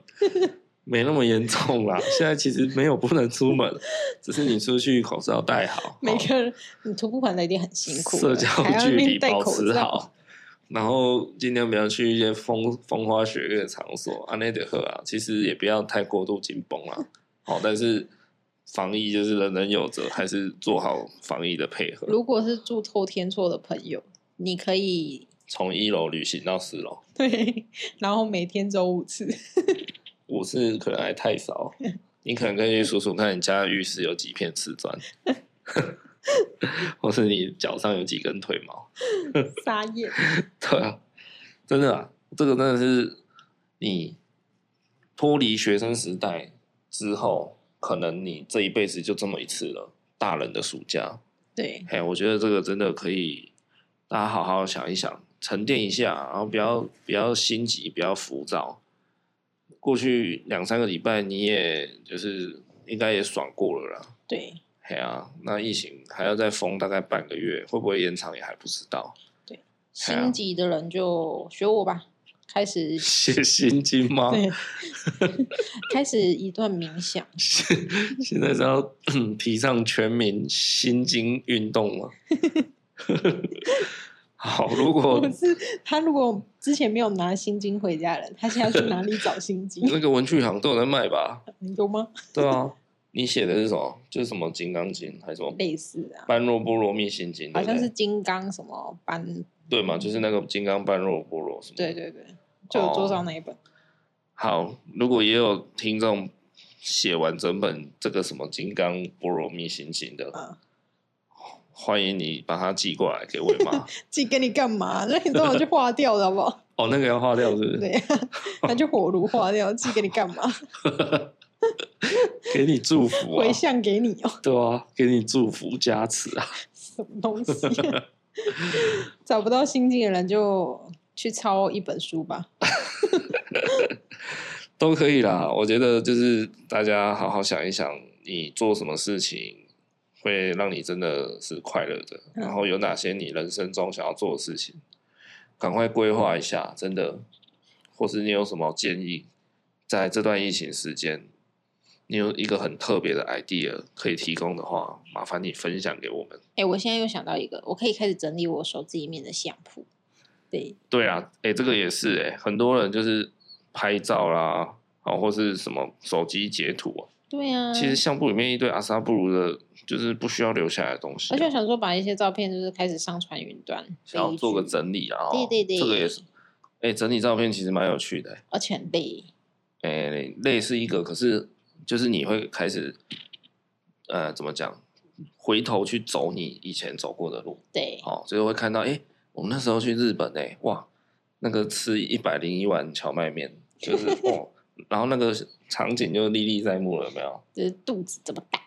[SPEAKER 1] 没那么严重啦。现在其实没有不能出门，只是你出去口罩戴好，
[SPEAKER 2] 每
[SPEAKER 1] 哦
[SPEAKER 2] 个人你徒步环的一定很辛苦
[SPEAKER 1] 社
[SPEAKER 2] 了，
[SPEAKER 1] 交
[SPEAKER 2] 还要
[SPEAKER 1] 距
[SPEAKER 2] 那边
[SPEAKER 1] 离
[SPEAKER 2] 戴
[SPEAKER 1] 保
[SPEAKER 2] 口
[SPEAKER 1] 持
[SPEAKER 2] 罩
[SPEAKER 1] 好，然后尽量不要去一些风风花雪月的场所啊，那得喝啊。其实也不要太过度紧绷 啊。好，但是防疫就是人人有责，还是做好防疫的配合。
[SPEAKER 2] 如果是住透天厝的朋友，你可以
[SPEAKER 1] 从一楼旅行到四楼，
[SPEAKER 2] 对，然后每天走五次。
[SPEAKER 1] 五次可能还太少，你可能可以去数数看你家的浴室有几片瓷砖， 或是你脚上有几根腿毛。
[SPEAKER 2] 撒野，
[SPEAKER 1] 对啊，真的啊，这个真的是你脱离学生时代之后，可能你这一辈子就这么一次了，大人的暑假。
[SPEAKER 2] 对
[SPEAKER 1] 哎，我觉得这个真的可以，大家好好想一想，沉淀一下，然后不要不要心急，不要浮躁。过去两三个礼拜，你也就是应该也爽过了啦。
[SPEAKER 2] 对
[SPEAKER 1] 嘿啊，那疫情还要再封大概半个月，会不会延长也还不知道。 对啊
[SPEAKER 2] 心急的人就学我吧，开始
[SPEAKER 1] 写心经吗？
[SPEAKER 2] 对， 开始一段冥想。
[SPEAKER 1] 现在是要 提倡全民心经运动吗？ 好，如果
[SPEAKER 2] 我是他，如果之前没有拿心经回家的人，他现在去哪里找心 经？
[SPEAKER 1] 那个文具行都有在卖吧？
[SPEAKER 2] 有吗？
[SPEAKER 1] 对啊，你写的是什么？就是什么《金刚经》还是什么《
[SPEAKER 2] 类似啊，
[SPEAKER 1] 般若波罗蜜心经》对
[SPEAKER 2] 好
[SPEAKER 1] 不对？
[SPEAKER 2] 像是金刚什么般，
[SPEAKER 1] 对嘛，就是那个《金刚般若波罗》什么。
[SPEAKER 2] 对。对对，就我桌上那一本。
[SPEAKER 1] 好，如果也有听众写完整本这个什么《金刚波罗蜜心经》的，
[SPEAKER 2] 嗯
[SPEAKER 1] 欢迎你把它寄过来给我 妈。
[SPEAKER 2] 寄给你干嘛？那你都要去化掉的好不好？
[SPEAKER 1] 哦，那个要划掉是不是？
[SPEAKER 2] 对啊，那就火炉化掉，寄给你干嘛？
[SPEAKER 1] 给你祝福啊
[SPEAKER 2] 回，向给你哦，
[SPEAKER 1] 对啊，给你祝福加持啊。
[SPEAKER 2] 什么东西 啊、找不到心经的人就去抄一本书吧。
[SPEAKER 1] 都可以啦。我觉得就是大家好好想一想，你做什么事情会让你真的是快乐的，
[SPEAKER 2] 嗯
[SPEAKER 1] 然后有哪些你人生中想要做的事情，赶快规划一下，真的或是你有什么建议，在这段疫情时间，你有一个很特别的 idea 可以提供的话，麻烦你分享给我们。
[SPEAKER 2] 哎、我现在又想到一个，我可以开始整理我手机里面的相簿。对，
[SPEAKER 1] 对啊，哎、这个也是哎、很多人就是拍照啦，啊，或是什么手机截图、啊，
[SPEAKER 2] 对啊。
[SPEAKER 1] 其实相簿里面一堆阿萨布鲁的，就是不需要留下来的东西、啊
[SPEAKER 2] 而且，我想说，把一些照片就是开始上传云端，
[SPEAKER 1] 想要
[SPEAKER 2] 飞
[SPEAKER 1] 做个
[SPEAKER 2] 去，
[SPEAKER 1] 整理啊、哦。
[SPEAKER 2] 对对对
[SPEAKER 1] 这个也是。哎、整理照片其实蛮有趣的、欸，
[SPEAKER 2] 而且很累。
[SPEAKER 1] 哎、累是一个，可是就是你会开始，呃，怎么讲？回头去走你以前走过的路，
[SPEAKER 2] 对，
[SPEAKER 1] 哦，就是会看到，哎、我们那时候去日本、哎，哇，那个吃一百零一碗荞麦面，就是 哦，然后那个场景就历历在目了，有没有？
[SPEAKER 2] 就是肚子这么大。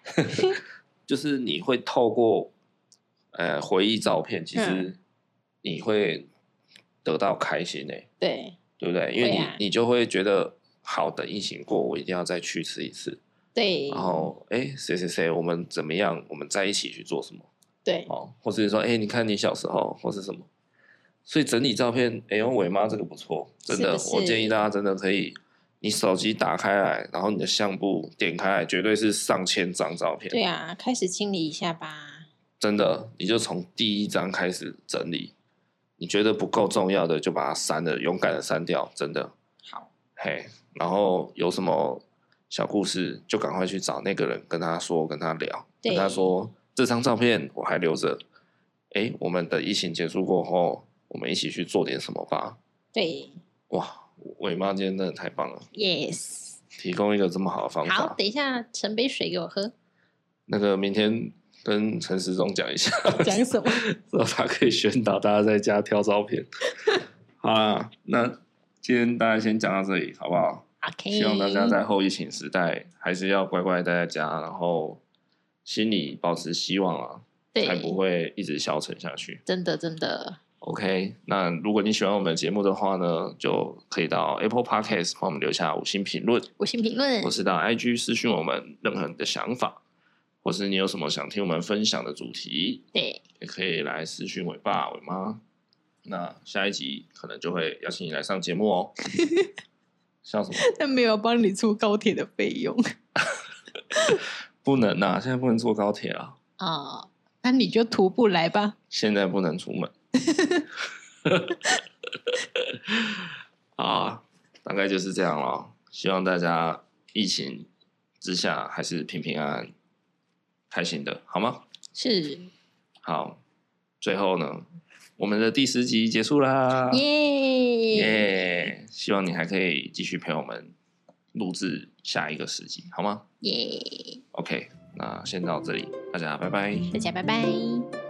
[SPEAKER 1] 就是你会透过呃回忆照片，其
[SPEAKER 2] 嗯
[SPEAKER 1] 实你会得到开心诶、
[SPEAKER 2] 对
[SPEAKER 1] 对不对？因为
[SPEAKER 2] 会
[SPEAKER 1] 你、
[SPEAKER 2] 啊
[SPEAKER 1] 你就会觉得，好，等疫情过，我一定要再去吃一次。
[SPEAKER 2] 对，
[SPEAKER 1] 然后，哎，谁谁谁，我们怎么样？我们在一起去做什么？
[SPEAKER 2] 对，
[SPEAKER 1] 哦，或者是说，哎，你看你小时候，或是什么？所以整理照片，哎呦，伟妈这个不错，真的，
[SPEAKER 2] 是不
[SPEAKER 1] 我
[SPEAKER 2] 是
[SPEAKER 1] 建议大家真的可以，你手机打开来，然后你的相簿点开来，绝对是上千张照片。
[SPEAKER 2] 对啊，开始清理一下吧。
[SPEAKER 1] 真的，你就从第一章开始整理，你觉得不够重要的就把它删了，勇敢的删掉，真的，
[SPEAKER 2] 好，
[SPEAKER 1] 嘿。然后有什么小故事，就赶快去找那个人，跟他说，跟他聊，
[SPEAKER 2] 对
[SPEAKER 1] 跟他说这张照片我还留着，诶，我们等疫情结束过后，我们一起去做点什么吧。
[SPEAKER 2] 对
[SPEAKER 1] 哇，伟妈今天真的太棒了，
[SPEAKER 2] ，yes。
[SPEAKER 1] 提供一个这么好的方
[SPEAKER 2] 好，
[SPEAKER 1] 法。
[SPEAKER 2] 等一下盛杯水给我 喝。
[SPEAKER 1] 那个明天跟陈时中讲一下，
[SPEAKER 2] 讲什么？
[SPEAKER 1] 然后他可以宣导大家在家挑照片。好啦，那今天大家先讲到这里，好不好？
[SPEAKER 2] OK，
[SPEAKER 1] 希望大家在后疫情时代还是要乖乖待在家，然后心里保持希望啊，
[SPEAKER 2] 对
[SPEAKER 1] 才不会一直消沉下去。
[SPEAKER 2] 真的真的
[SPEAKER 1] OK，那如果你喜欢我们的节目的话呢，就可以到 Apple Podcast 帮我们留下五星评论，
[SPEAKER 2] 五星评论
[SPEAKER 1] 或，是到 IG 私讯我们任何你的想法，或是你有什么想听我们分享的主题，
[SPEAKER 2] 对，
[SPEAKER 1] 也可以来私讯伟爸伟妈。那下一集可能就会邀请你来上节目哦。笑什么？
[SPEAKER 2] 但没有帮你出高铁的费用
[SPEAKER 1] 不能呐、现在不能坐高铁啊，
[SPEAKER 2] 啊。那你就徒步来吧。
[SPEAKER 1] 现在不能出门。好啊，大概就是这样咯。希望大家疫情之下还是平平安安、开心的，好吗？
[SPEAKER 2] 是，
[SPEAKER 1] 好，最后呢，我们的第十集结束啦。
[SPEAKER 2] 耶，
[SPEAKER 1] 啊耶希望你还可以继续陪我们录制下一个时集，好吗
[SPEAKER 2] 耶，
[SPEAKER 1] ？OK，那先到这里，大家拜拜。
[SPEAKER 2] 大家拜拜。